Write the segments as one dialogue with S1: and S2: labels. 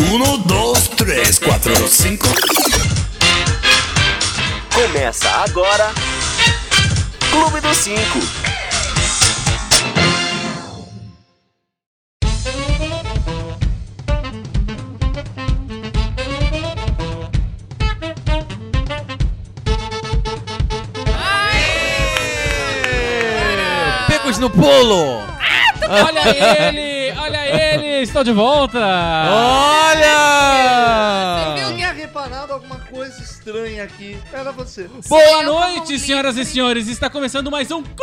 S1: Um, dois, três, quatro, cinco.
S2: Começa agora. Clube dos Cinco.
S3: Pecos no pulo!
S4: Olha ele! Olha ele! Estou de volta!
S3: Olha!
S5: Se alguém reparado alguma coisa estranha aqui, era você.
S4: Boa noite, senhoras e senhores! Está começando mais um Clube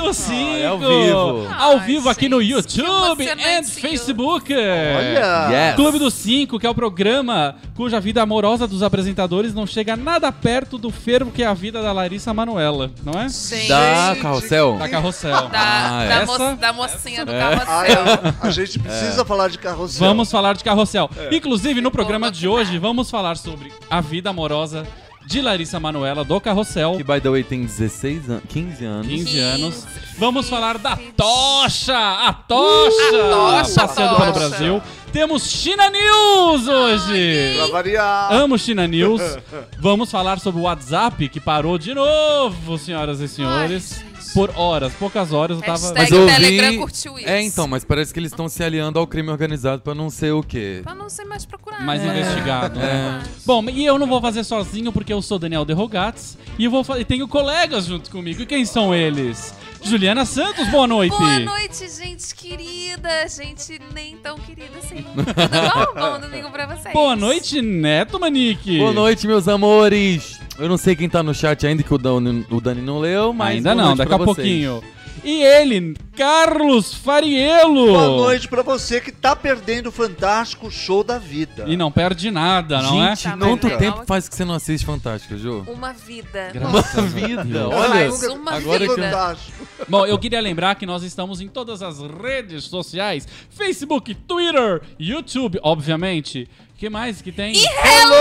S4: do Cinco!
S3: é ao vivo.
S4: Ao
S6: Ai,
S4: vivo aqui no
S6: gente,
S4: YouTube
S6: que
S4: e
S6: emocionante.
S4: Facebook!
S5: Olha!
S3: Yes.
S4: Clube do Cinco, que é o programa cuja vida amorosa dos apresentadores não chega nada perto do fervo que é a vida da Larissa Manoela, não é?
S6: Gente,
S3: Da carrossel.
S4: Da carrossel.
S6: Da,
S3: Ah,
S6: da,
S4: essa- É.
S6: mo- da mocinha do
S5: Ai,
S6: carrossel.
S5: Ah, é. a, a gente precisa falar de carrossel.
S4: um- Vamos falar de carrossel. Inclusive, no
S6: Eu vou
S4: programa de
S6: procurar.
S4: hoje, vamos falar sobre a vida amorosa de Larissa Manoela do Carrossel.
S3: Que, by the way, tem 16 anos, 15 anos.
S4: 15
S6: 15,
S4: anos. Vamos
S6: 15.
S4: falar da Tocha! A Tocha!
S6: a Tocha,
S4: Passeando
S6: Tocha.
S4: pelo Brasil. Temos China News hoje!
S5: Pra variar.
S4: Amo China News. Vamos falar sobre o WhatsApp que parou de novo, senhoras e senhores. por horas, poucas horas eu tava.
S6: Hashtag-
S3: Mas eu
S6: o
S3: vi...
S6: Telegram curtiu isso.
S3: É, então, mas parece que eles estão se aliando ao crime organizado pra não ser o quê.
S6: Pra não ser mais procurado.
S4: Mais
S6: né?
S4: investigado, né?
S6: É.
S4: Bom, e eu não vou fazer sozinho porque eu sou Daniel Derrogates e eu vou fa- e tenho colegas junto comigo. E quem são eles? Juliana Santos, boa noite.
S6: Boa noite, gente querida. Gente nem tão querida assim. Tudo bom? Bom domingo pra vocês.
S4: Boa noite, Neto Manique.
S3: Boa noite, meus amores. Eu não sei quem tá no chat ainda, que o Dani, o Dani não leu, mas.
S4: Ainda
S3: boa
S4: não,
S3: noite
S4: daqui
S3: pra
S4: a
S3: vocês.
S4: pouquinho. E ele, Carlos Fariello.
S5: Boa noite pra você que tá perdendo o fantástico show da vida.
S4: E não perde nada, não é?
S3: Gente,
S6: Tá bom,
S3: quanto
S6: então.
S3: tempo faz que você não assiste Fantástico, Ju?
S6: Uma vida.
S4: Graças a
S3: vida,
S4: Deus.
S3: olha.
S6: Mais uma
S3: agora que eu-
S6: vida.
S5: fantástico.
S4: Bom, eu queria lembrar que nós estamos em todas as redes sociais: Facebook, Twitter, YouTube, obviamente. O que mais que tem?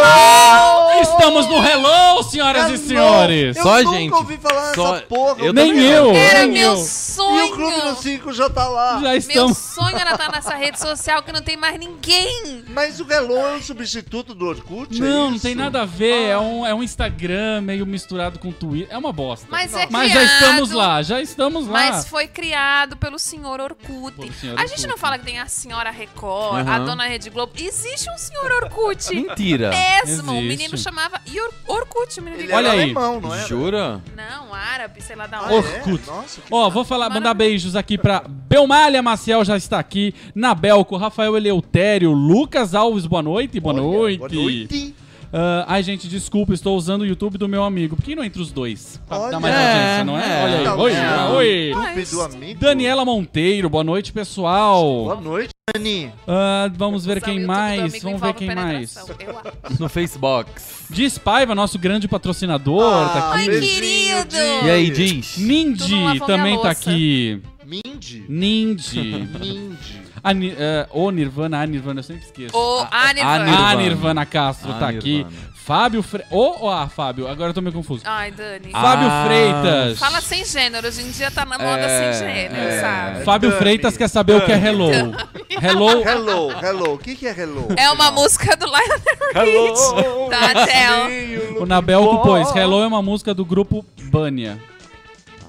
S5: Hello!
S4: Estamos no Hello, senhoras e senhores!
S5: Eu
S3: Só
S5: nunca
S3: gente.
S5: ouvi falar
S3: Só-
S5: dessa porra.
S3: eu
S4: Nem
S3: também
S4: eu!
S6: Era
S4: nem
S6: meu
S4: eu.
S5: E
S6: sonho.
S5: o Clube dos Cinco já tá lá.
S4: Já
S6: Meu
S4: estamos.
S6: sonho era estar nessa rede social que não tem mais ninguém.
S5: Mas o Hello é um substituto do Orkut? é
S4: Não, não
S5: isso?
S4: tem nada a ver.
S6: Ah.
S4: É um, é um Instagram meio misturado com Twitter. É uma bosta.
S6: Mas é
S4: Mas já estamos
S6: criado.
S4: lá, já estamos lá.
S6: Mas foi criado pelo senhor Orkut.
S4: é? Pelo senhor
S6: a gente
S4: Orkut.
S6: não fala que tem a senhora Record, a
S3: Aham.
S6: dona Rede Globo. Existe um senhor Orkut.
S3: Mentira.
S6: Mesmo. O
S4: Então, Existe.
S6: menino chamava Ior- Orkut, o menino
S5: Ele
S6: ligava.
S4: Olha
S5: era
S4: aí.
S5: alemão, não é. era?
S3: Jura?
S6: Não, árabe, sei lá da
S5: Ah,
S6: onde.
S4: Orkut.
S5: É? Nossa, que
S4: Ó, vou falar, mandar beijos aqui pra Belmalha Maciel, já está aqui. Nabelco, Rafael Eleutério, Lucas Alves, boa noite, boa noite.
S5: Boa noite.
S4: Ah, ai, gente, desculpa, estou usando o YouTube do meu amigo. Por que não entre os dois? Pra
S5: Olha.
S4: dar mais
S3: É,
S4: audiência, não é?
S3: é.
S4: Olha aí.
S5: Tá
S4: Oi,
S5: vendo?
S4: oi.
S5: Estúpido amigo.
S4: Daniela Monteiro, boa noite, pessoal.
S5: Boa noite, Dani.
S4: Ah, vamos ver
S6: Usar o
S4: quem
S6: YouTube do
S4: mais.
S6: amigo
S4: Vamos ver
S6: envolve
S4: quem mais.
S6: penetração, eu acho.
S3: No Facebook.
S4: Diz Paiva, nosso grande patrocinador, tá
S5: Ah,
S4: aqui.
S6: beijo.
S5: beijinho,
S6: querido.
S5: Di.
S3: E aí, diz?
S4: Nindy
S6: Ah, Tu não lavou
S4: também
S6: minha
S4: tá
S6: louça.
S4: aqui.
S5: Mindy?
S4: Nindy.
S5: Mindy.
S4: A Ni- eh, o Nirvana, a Nirvana, eu sempre esqueço.
S6: O
S3: Nirvana.
S6: Anirvan.
S4: A Nirvana Castro
S3: A
S4: tá
S3: Nirvana.
S4: aqui. Fábio Freitas. Ou a ah, Fábio? Agora eu tô meio confuso.
S6: Ai, Dani.
S3: Ah.
S4: Fábio Freitas.
S6: Fala sem gênero. Hoje em dia tá na moda
S3: É,
S6: sem gênero,
S3: é.
S6: sabe?
S4: Fábio
S5: Dami.
S4: Freitas quer saber o que é Hello. Hello.
S5: Hello, hello. O que, que é hello?
S6: É uma música do Lionel Rich. Da Adele.
S4: O Nabelco pôs. Hello é uma música do grupo Bania.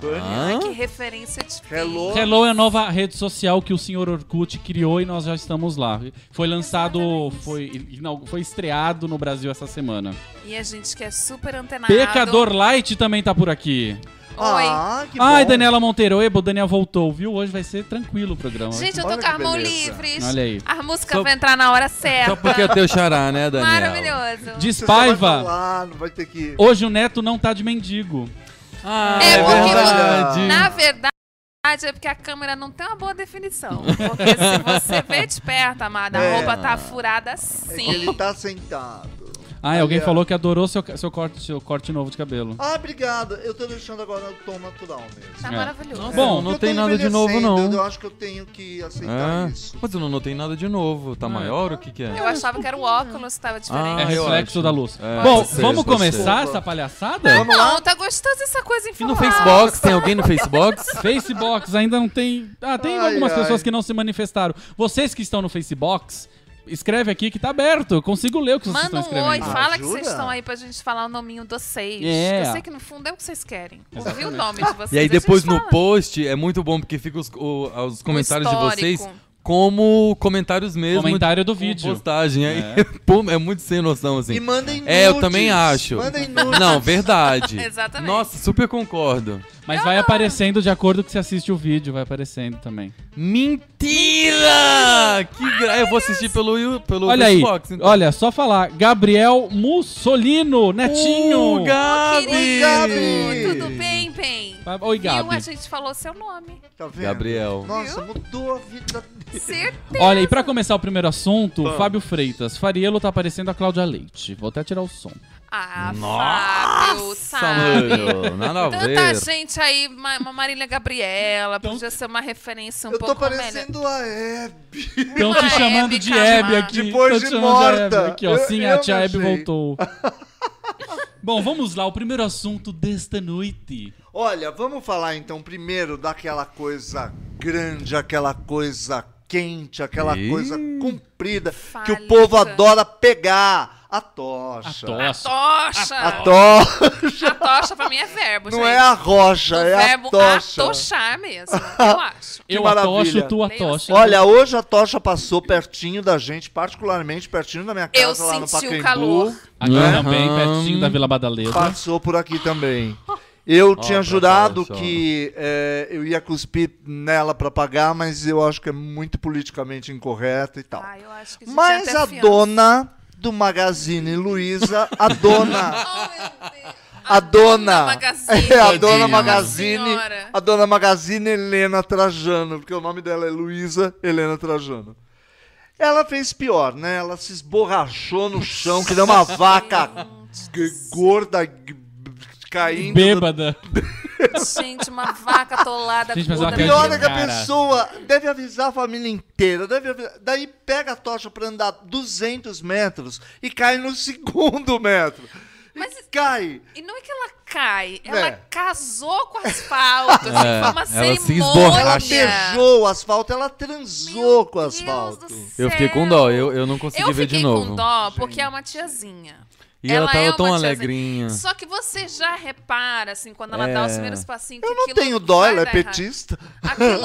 S3: Hã?
S6: Que referência de
S5: Hello.
S4: Hello é a nova rede social que o senhor Orkut criou e nós já estamos lá. Foi lançado, foi, não, foi estreado no Brasil essa semana.
S6: E a gente que é super antenado.
S4: Pecador Light também tá por aqui.
S6: Oi.
S5: Ah, que
S4: Ai,
S5: bom.
S4: Daniela Monteiro. Eba, o Daniel voltou, viu? Hoje vai ser tranquilo o programa.
S6: Gente, eu
S5: Olha
S6: tô com
S5: que
S6: a mão
S5: beleza.
S6: livres.
S4: Olha aí.
S6: A música
S3: Só-
S6: vai entrar na hora certa.
S3: Só porque é teu xará, né, Daniel?
S6: Maravilhoso.
S4: Diz
S5: Você só vai
S4: Paiva,
S5: falar, não vai ter que...
S4: hoje o Neto não tá de mendigo.
S3: Ah,
S6: É
S3: é,
S6: porque- tá
S3: verdade.
S6: Na verdade, é porque a câmera não tem uma boa definição. Porque se você vê de perto, amada, a
S5: É.
S6: roupa tá furada
S5: É que
S6: assim.
S5: ele tá sentado.
S4: Ah, e alguém
S5: Aí, ó.
S4: falou que adorou seu, ca- seu, corte, seu corte novo de cabelo.
S5: Ah, obrigado. Eu tô deixando agora no tom natural mesmo.
S6: Tá
S4: É.
S6: maravilhoso.
S3: Bom, não
S5: Eu tô
S3: tem nada de novo,
S5: envelhecendo,
S3: não.
S5: Eu acho que eu tenho que aceitar
S3: É.
S5: isso.
S3: Mas eu não notei nada de novo. Tá
S4: Ah, é.
S3: maior? O que que é?
S6: Eu achava que era o óculos que tava
S3: Ah,
S4: É
S6: diferente.
S3: eu
S4: reflexo
S3: acho.
S4: da luz.
S3: É,
S4: Bom,
S3: pode ser,
S4: vamos
S3: pode
S4: começar
S5: ser.
S4: essa palhaçada?
S5: Vamos lá?
S6: não, tá gostosa essa coisa
S3: E no
S6: informal.
S3: Facebox? Tem alguém no Facebox?
S4: Facebooks ainda não tem. Ah, tem
S5: Ai,
S4: algumas
S5: ai.
S4: pessoas que não se manifestaram. Vocês que estão no Facebooks, escreve aqui que tá aberto. Eu consigo ler o que vocês
S6: Manda
S4: estão
S6: um oi,
S4: escrevendo.
S5: Ah,
S6: fala que
S5: jura?
S6: vocês estão aí pra gente falar o nominho de vocês.
S4: É.
S6: Eu sei que no fundo é o que vocês querem. Ouvir o nome de vocês.
S3: E aí
S6: a gente
S3: depois no
S6: fala.
S3: post é muito bom porque fica os, o- os comentários de
S6: histórico.
S3: vocês como comentários mesmo.
S4: Comentário do
S3: com
S4: vídeo.
S3: Postagem. aí,
S4: É.
S3: pô, é muito sem noção assim.
S5: E mandem nudes.
S3: É, eu também acho.
S5: Mandem nudes.
S3: Não, verdade.
S6: Exatamente.
S3: Nossa, super concordo.
S6: Ah!
S4: Mas vai aparecendo de acordo que você assiste o vídeo, vai aparecendo também.
S3: Mentira! Que gra... Eu vou assistir pelo Yu- pelo
S4: Olha aí,
S3: Xbox, então.
S4: olha, só falar. Gabriel Mussolino, netinho.
S3: Uh, Gabi!
S6: Oi,
S5: Gabi!
S6: Tudo bem, bem?
S4: Ah, Oi,
S6: Viu? A
S4: Gabi.
S6: gente falou seu nome.
S5: Tá vendo?
S3: Gabriel.
S5: Nossa, mudou a vida dele.
S6: Certeza.
S4: Olha, e pra começar o primeiro assunto, Fábio Freitas. Fariello tá parecendo a Cláudia Leite. Vou até tirar o som.
S6: Ah, Fábio,
S3: Nossa,
S6: sabe?
S3: mano, nada a
S6: Tanta
S3: ver.
S6: gente aí, uma, uma Marília Gabriela,
S4: Então
S6: podia ser uma referência um
S5: eu tô
S6: pouco melhor.
S5: parecendo a Hebe.
S4: Estão
S6: Uma
S4: te chamando
S6: Hebe
S4: de
S6: Camargo.
S4: Hebe aqui.
S5: Depois
S4: Tão
S5: de
S4: te chamando de Hebe
S5: morta.
S4: Aqui, ó.
S5: Eu-
S4: Sim,
S5: eu
S4: a tia
S5: me
S4: Hebe
S5: achei.
S4: voltou. Bom, vamos lá. O primeiro assunto desta noite.
S5: Olha, vamos falar então primeiro daquela coisa grande, aquela coisa quente, aquela
S3: Ih.
S5: coisa comprida que
S6: Fálica.
S5: o povo adora pegar. A tocha.
S4: Tosse.
S6: Tocha!
S5: A tocha.
S6: A tocha pra mim é verbo,
S5: Não
S6: gente.
S5: é a rocha,
S6: O
S5: é a
S6: verbo
S5: tocha.
S6: atochar mesmo, eu acho.
S4: Eu
S5: maravilha.
S4: atocho, tu
S6: Leia assim.
S4: atocha.
S5: Olha, hoje a tocha passou pertinho da gente, particularmente pertinho da minha casa
S6: Eu
S5: lá no
S6: senti
S5: Pacaembu.
S6: o calor.
S4: Aqui
S5: Uhum.
S3: Aham.
S4: também, pertinho da Vila Badaleza.
S5: Passou por aqui também. Eu tinha
S3: pra
S5: jurado
S3: tocha.
S5: que é, eu ia cuspir nela pra pagar, mas eu acho que é muito politicamente incorreto e tal.
S6: Ah, eu acho que a gente
S5: Mas
S6: até
S5: a
S6: fiança.
S5: dona do Magazine Luiza, a dona.
S6: Oh, meu Deus.
S5: A dona.
S6: Magazine.
S5: É, a dona
S3: Tadinha.
S5: Magazine.
S6: Senhora.
S5: A dona Magazine Helena Trajano, porque o nome dela é Luísa Helena Trajano. Ela fez pior, né? Ela se esborrachou no chão, que nem uma vaca g- gorda g- caindo.
S4: Bêbada.
S6: Gente, uma vaca atolada.
S4: Gente, mas
S6: gorda,
S4: ela
S5: E olha é que a
S4: Cara.
S5: pessoa deve avisar a família inteira. Deve avisar. Daí pega a tocha pra andar 200 metros e cai no segundo metro. E
S6: Mas-
S5: cai.
S6: E não é que ela cai, ela
S5: É.
S6: casou com o asfalto. assim,
S3: É,
S6: foi uma
S3: ela se
S6: cerimônia.
S5: Ela
S3: esborracha.
S5: beijou o asfalto, ela transou
S6: Meu
S5: com o
S6: Deus
S5: asfalto.
S6: do céu.
S3: Eu fiquei com dó, eu, eu não consegui
S6: Eu
S3: ver
S6: fiquei
S3: de novo.
S6: com dó porque é uma tiazinha.
S3: E ela, tava
S6: é uma
S3: tão
S6: tiazinha.
S3: alegrinha.
S6: Só que você já repara, assim, quando ela dá os
S3: É.
S6: primeiros passinhos.
S5: Eu não tenho dó,
S6: né?
S5: ela é petista.
S6: Aquilo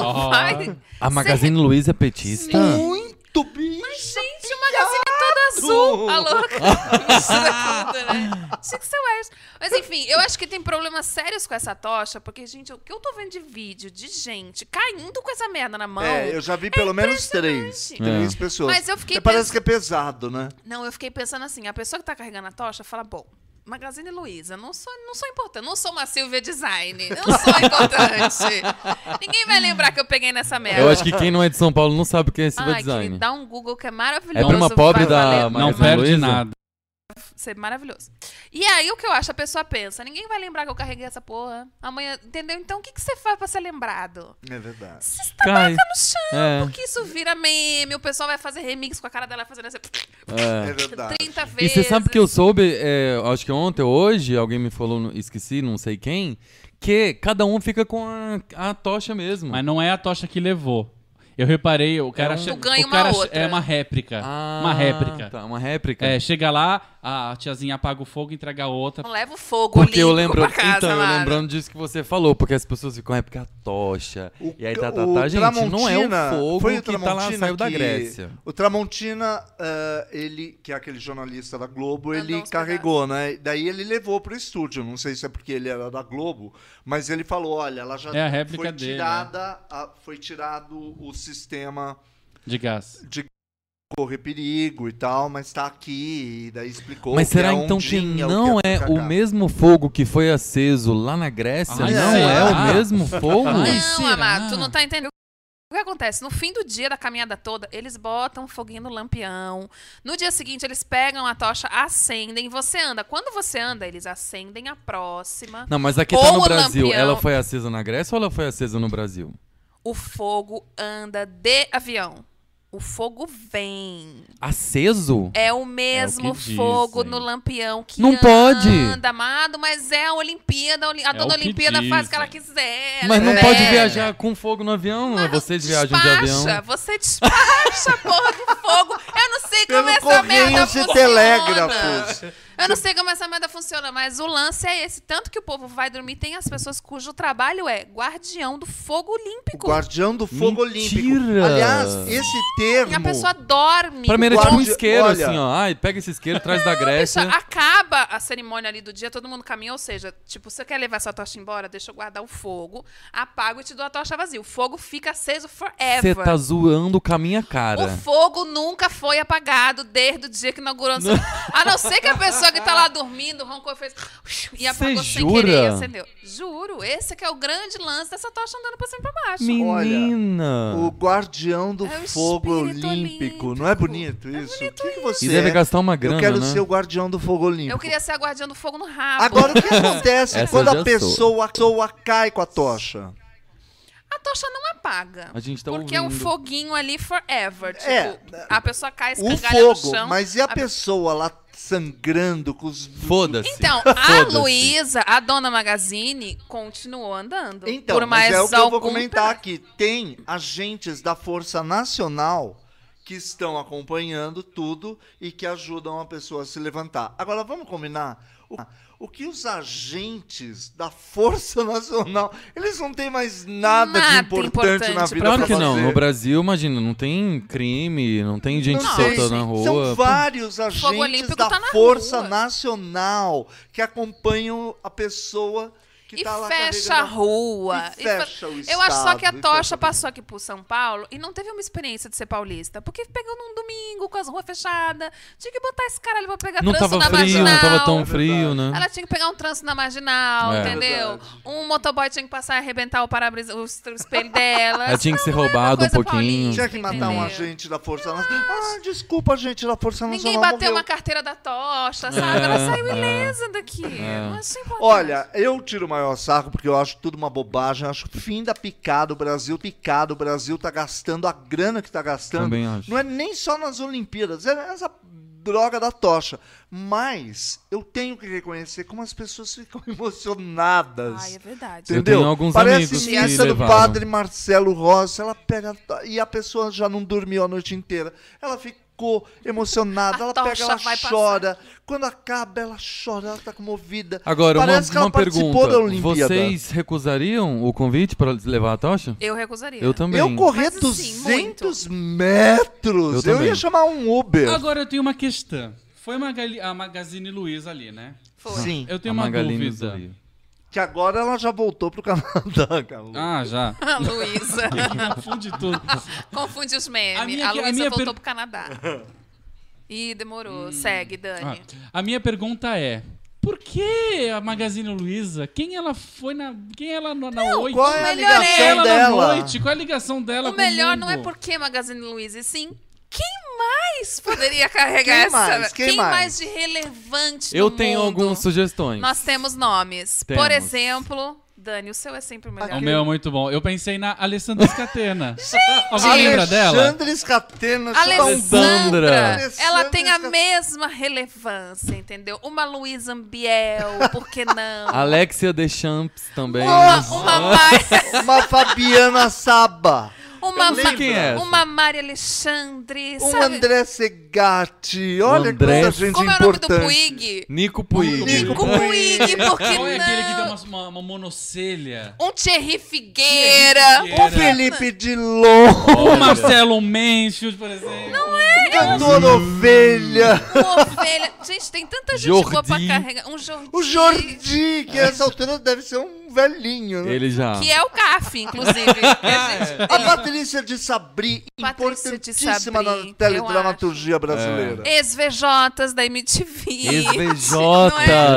S4: Ah.
S6: vai.
S3: A Magazine Luiza é petista?
S5: Ah. Muito bicho.
S6: Gente, o magazine toda azul. A louca.
S5: é
S6: Mistura tudo, né? Tinha que ser o Harris. Mas enfim, eu acho que tem problemas sérios com essa tocha, porque, gente, o que eu tô vendo de vídeo de gente caindo com essa merda na mão.
S5: É, eu já vi pelo menos três.
S6: impressionante.
S5: Três pessoas.
S6: Mas eu fiquei
S5: É, Parece que é pesado, né?
S6: Não, eu fiquei pensando assim, a pessoa que tá carregando a tocha fala, bom, Magazine Luiza, não sou, não sou importante, não sou uma Silvia Design, não sou importante. Ninguém vai lembrar que eu peguei nessa merda.
S3: Eu acho que quem não é de São Paulo não sabe o que é Silva
S6: Ai,
S3: Design.
S6: querido, dá um Google que é maravilhoso.
S3: É prima
S6: vai
S3: pobre da
S6: valer
S4: Não
S5: é
S3: Magazine
S4: perde
S3: Luiza?
S4: nada.
S6: ser maravilhoso. E aí o que eu acho, a pessoa pensa, ninguém vai lembrar que eu carreguei essa porra. Amanhã, entendeu? Então o que, que você faz pra ser lembrado?
S5: É verdade.
S6: Você tá
S3: Cai.
S6: estabaca no chão,
S3: É.
S6: porque isso vira meme, o pessoal vai fazer remix com a cara dela fazendo essa
S3: É.
S5: É verdade.
S6: 30
S3: E
S6: vezes.
S3: você sabe que eu soube, é, acho que ontem ou hoje, alguém me falou, não- esqueci, não sei quem, que cada um fica com a, a tocha mesmo.
S4: Mas não é a tocha que levou. Eu reparei, o cara... che-
S6: É um- Tu ganha
S4: o
S6: uma
S4: cara che-
S6: outra.
S4: É uma réplica.
S3: Ah,
S4: uma réplica.
S3: Tá, uma réplica.
S4: É, chega lá, a tiazinha apaga o fogo, entrega a outra.
S6: Não leva o fogo
S3: Porque eu
S6: olímpico
S3: lembro,
S6: pra casa,
S3: então, eu
S6: Lara.
S3: lembrando disso que você falou, porque as pessoas ficam, é porque a tocha.
S5: O-
S3: e aí tá, tá,
S5: o
S3: tá, gente, não é
S5: Tramontina-
S3: o fogo
S5: foi o
S3: que tá lá,
S5: Tramontina
S3: saiu da
S5: que-
S3: Grécia.
S5: O Tramontina, eh, ele, que é aquele jornalista da Globo,
S6: Mandou
S5: ele
S6: uns
S5: carregou, né? Daí ele levou pro estúdio. Não sei se é porque ele era da Globo, mas ele falou: olha, ela já
S4: É a réplica
S5: foi
S4: dele,
S5: tirada, a- foi tirado o sistema
S4: De gás.
S5: correr perigo e tal, mas tá aqui, e daí explicou.
S3: Mas
S5: o que
S3: será
S5: é
S3: então que
S5: ondinha, o
S3: não é o
S5: kkk.
S3: mesmo fogo que foi aceso lá na Grécia?
S4: Ai,
S3: não
S5: será?
S3: é o mesmo fogo?
S4: Ai,
S6: Não,
S5: Ah.
S4: será?
S6: Amado, tu não tá entendendo. O que acontece? No fim do dia da caminhada toda, eles botam um foguinho no lampião. No dia seguinte, eles pegam a tocha, acendem, você anda. Quando você anda, eles acendem a próxima.
S3: Não, mas aqui tá
S6: Ou
S3: no
S6: o
S3: Brasil.
S6: lampião.
S3: Ela foi acesa na Grécia ou ela foi acesa no Brasil?
S6: O fogo anda de avião. O fogo vem.
S3: Aceso?
S6: É o mesmo
S4: dizem.
S6: fogo no lampião que
S3: Não
S6: anda,
S3: pode.
S6: amado, mas é a Olimpíada. a Oli- A
S4: É o
S6: dona
S4: que
S6: Olimpíada faz
S4: dizem.
S6: o que ela quiser.
S3: Mas não
S6: né?
S3: pode viajar com fogo no avião?
S6: Mano,
S3: Vocês viajam de avião?
S6: despacha, Você despacha a porra do fogo. Eu não sei como
S5: Pelo
S6: essa merda
S5: correios e
S6: funciona.
S5: telégrafos.
S6: Eu não sei como essa merda funciona, mas o lance é esse. Tanto que o povo vai dormir, tem as pessoas cujo trabalho é guardião do fogo
S5: O
S6: olímpico.
S5: Guardião do Fogo Olímpico.
S3: Mentira!
S5: Aliás, esse termo.
S6: E a pessoa dorme.
S3: Pra mim era
S5: Guardi-
S3: tipo um isqueiro,
S5: Olha.
S3: assim, ó. Ai, pega esse isqueiro, traz da
S6: Bicha,
S3: Grécia.
S6: acaba a cerimônia ali do dia, todo mundo caminha, ou seja, tipo, você quer levar sua tocha embora, deixa eu guardar o fogo, apago e te dou a tocha vazia. O fogo fica aceso
S3: Você
S6: forever.
S3: tá zoando com a minha
S6: O
S3: cara.
S6: fogo nunca foi apagado desde o dia que inaugurou. A não ser que a pessoa que tá lá dormindo roncou e fez. E apagou
S3: Cê
S6: sem querer e
S3: jura?
S6: acendeu. Juro, esse que é o grande lance dessa tocha andando pra cima e pra baixo.
S3: Menina!
S5: O Guardião do
S6: É o
S5: Fogo
S6: espírito
S5: Olímpico. Não é
S6: olímpico.
S5: bonito isso? o que, que
S3: E
S5: você
S3: deve
S5: é?
S3: gastar uma grana,
S5: Eu quero
S3: né?
S5: ser o Guardião do Fogo Olímpico.
S6: Eu queria ser a guardiã do fogo no rabo.
S5: Agora, o que acontece
S3: Essa
S5: quando
S3: eu já
S5: a pessoa, pessoa cai com a tocha?
S6: A tocha não apaga.
S3: A gente tá
S6: Porque é um
S3: ouvindo.
S6: foguinho ali forever. Tipo,
S5: É,
S6: a pessoa cai,
S5: O
S6: escangalha no
S5: fogo,
S6: chão.
S5: mas e a
S6: a-
S5: pessoa lá sangrando com os...
S3: Foda-se.
S6: Então, a
S3: Assim. Foda-se.
S6: Luísa, a dona Magazine, continuou andando.
S5: Então,
S6: por mais
S5: mas é o que eu vou
S6: algum
S5: comentar aqui. Tem agentes da Força Nacional que estão acompanhando tudo e que ajudam a pessoa a se levantar. Agora, vamos combinar? O, o que os agentes da Força Nacional... Eles não têm mais nada, de
S6: Nada
S5: importante,
S6: importante
S5: na vida
S3: Claro
S5: pra
S3: que não.
S5: fazer.
S3: No Brasil, imagina, não tem crime, não tem gente
S5: Não
S3: solta
S5: sei,
S3: na
S5: sim.
S3: rua.
S5: São vários agentes
S6: Olímpico
S5: da
S6: tá na
S5: Força
S6: rua.
S5: Nacional que acompanham a pessoa que
S6: E
S5: tá lá
S6: fecha a
S5: carregando
S6: rua.
S5: E
S6: fa-
S5: fecha o
S6: Eu acho só que
S5: estado,
S6: a
S5: e fecha
S6: tocha
S5: tudo.
S6: passou aqui pro São Paulo e não teve uma experiência de ser paulista. Porque pegou num domingo, com as ruas fechadas. Tinha que botar esse caralho pra pegar
S3: Não
S6: trânsito
S3: tava
S6: na
S3: frio, não
S6: marginal.
S3: tava tão
S5: É
S3: frio, né?
S6: Ela tinha que pegar um trânsito na marginal,
S3: É.
S6: entendeu? Um motoboy tinha que passar e arrebentar o para-brisa, o es- o espelho dela.
S3: Ela tinha que
S6: Não,
S3: ser
S6: não é uma
S3: roubada um
S6: coisa
S3: pouquinho.
S5: Tinha que matar um
S6: entendeu?
S5: agente da Força Nacional. Ah, desculpa, agente da Força Nacional.
S6: Ninguém bateu
S5: morreu.
S6: uma carteira da tocha, sabe? Ela
S3: É,
S6: saiu
S3: é.
S6: ilesa daqui. Não é achei importante.
S5: Olha, eu tiro o maior saco porque eu acho tudo uma bobagem. Eu acho fim da picada. O Brasil picado. O Brasil tá gastando a grana que tá gastando.
S3: Também acho.
S5: Não é nem só nas Olimpíadas. É essa droga da tocha. Mas eu tenho que reconhecer como as pessoas ficam emocionadas.
S6: Ai, é verdade.
S3: Eu
S5: Entendeu?
S3: tenho alguns
S5: Parece
S3: amigos que
S5: missa do
S3: levaram.
S5: padre Marcelo Rossi. Ela pega e a pessoa já não dormiu a noite inteira. Ela ficou emocionada.
S6: A
S5: ela pega,
S6: tocha
S5: ela
S6: vai passar.
S5: chora. Quando acaba, ela chora. Ela tá comovida.
S3: Agora, uma,
S5: Parece que ela
S3: uma
S5: participou
S3: pergunta.
S5: da Olimpíada.
S3: Vocês recusariam o convite pra levar a tocha?
S6: Eu recusaria.
S3: Eu também.
S5: Eu correr
S6: Mas, assim,
S5: 200 metros.
S3: Eu
S5: Eu,
S3: também.
S5: ia chamar um Uber.
S4: Agora eu tenho uma questão. Foi Magali- a Magazine Luiza ali, né?
S3: Ah.
S6: Foi.
S5: Sim.
S4: Eu tenho
S3: a
S4: uma
S3: Magali nos
S4: dúvida.
S3: odeia.
S5: Que agora ela já voltou pro Canadá, Calu.
S4: Ah, já.
S6: A Luísa.
S4: Confunde tudo.
S6: Confunde os
S4: A
S6: memes.
S4: minha-
S6: A,
S4: a
S6: Luísa
S4: minha
S6: voltou
S4: per-
S6: pro Canadá. Ih, demorou. Segue,
S4: Ah,
S6: Dani.
S4: a minha pergunta é: por que a Magazine Luiza? Quem ela foi na. Quem ela na, na noite?
S5: Qual é a
S6: melhor
S5: ligação
S6: é
S4: ela
S5: dela?
S4: na noite? Qual é a ligação dela
S6: O
S4: com
S6: melhor
S4: o
S6: não é
S4: mundo?
S6: porque Magazine Luiza, e sim quem mais poderia carregar
S5: Quem
S6: essa.
S5: mais? Quem mais?
S6: de relevante
S3: Eu
S6: no
S3: tenho
S6: mundo?
S3: algumas sugestões.
S6: Nós temos nomes.
S3: Temos.
S6: Por exemplo, Dani, o seu é sempre o melhor.
S4: O meu é muito bom. Eu pensei na Alessandra Scatena. Alguém lembra dela?
S5: Alexandre Scatena.
S3: Alessandra.
S6: Alessandra, ela
S5: Alessandra
S6: tem a
S5: Sca-
S6: mesma relevância, entendeu? Uma Luísa Ambiel, por que não?
S3: Alexia Deschamps também.
S6: Uma, uma, Mar-
S5: Uma Fabiana Saba.
S6: uma,
S5: Eu não sei
S6: Ma-
S3: quem é essa.
S6: uma Mari Alexandre,
S5: Um
S6: sabe?
S5: André Segatti. Olha
S3: André-
S5: quanta gente
S6: Como é o nome do
S5: importante.
S6: Puig?
S3: Nico Puig.
S5: Nico
S6: Com Puig, por que
S4: Qual é aquele que deu
S6: não?
S4: uma, uma, uma monocelha?
S6: Um Thierry Figueira.
S5: O Felipe Dilon.
S4: O Marcelo Mansfield, por exemplo. Não é.
S5: Cantor Ovelha.
S6: Um ovelha. Gente, tem tanta gente boa pra
S3: Jordi.
S6: carregar. Um Jordi.
S5: O Jordi, que a essa altura deve ser um velhinho, né?
S3: Ele já.
S6: Que é o CAF, inclusive. né, gente?
S5: A Patrícia de Sabri,
S6: Patrícia de
S5: importantíssima
S6: Sabri, É.
S5: na teledramaturgia brasileira.
S6: Ex-VJs da MTV.
S3: Ex-VJs.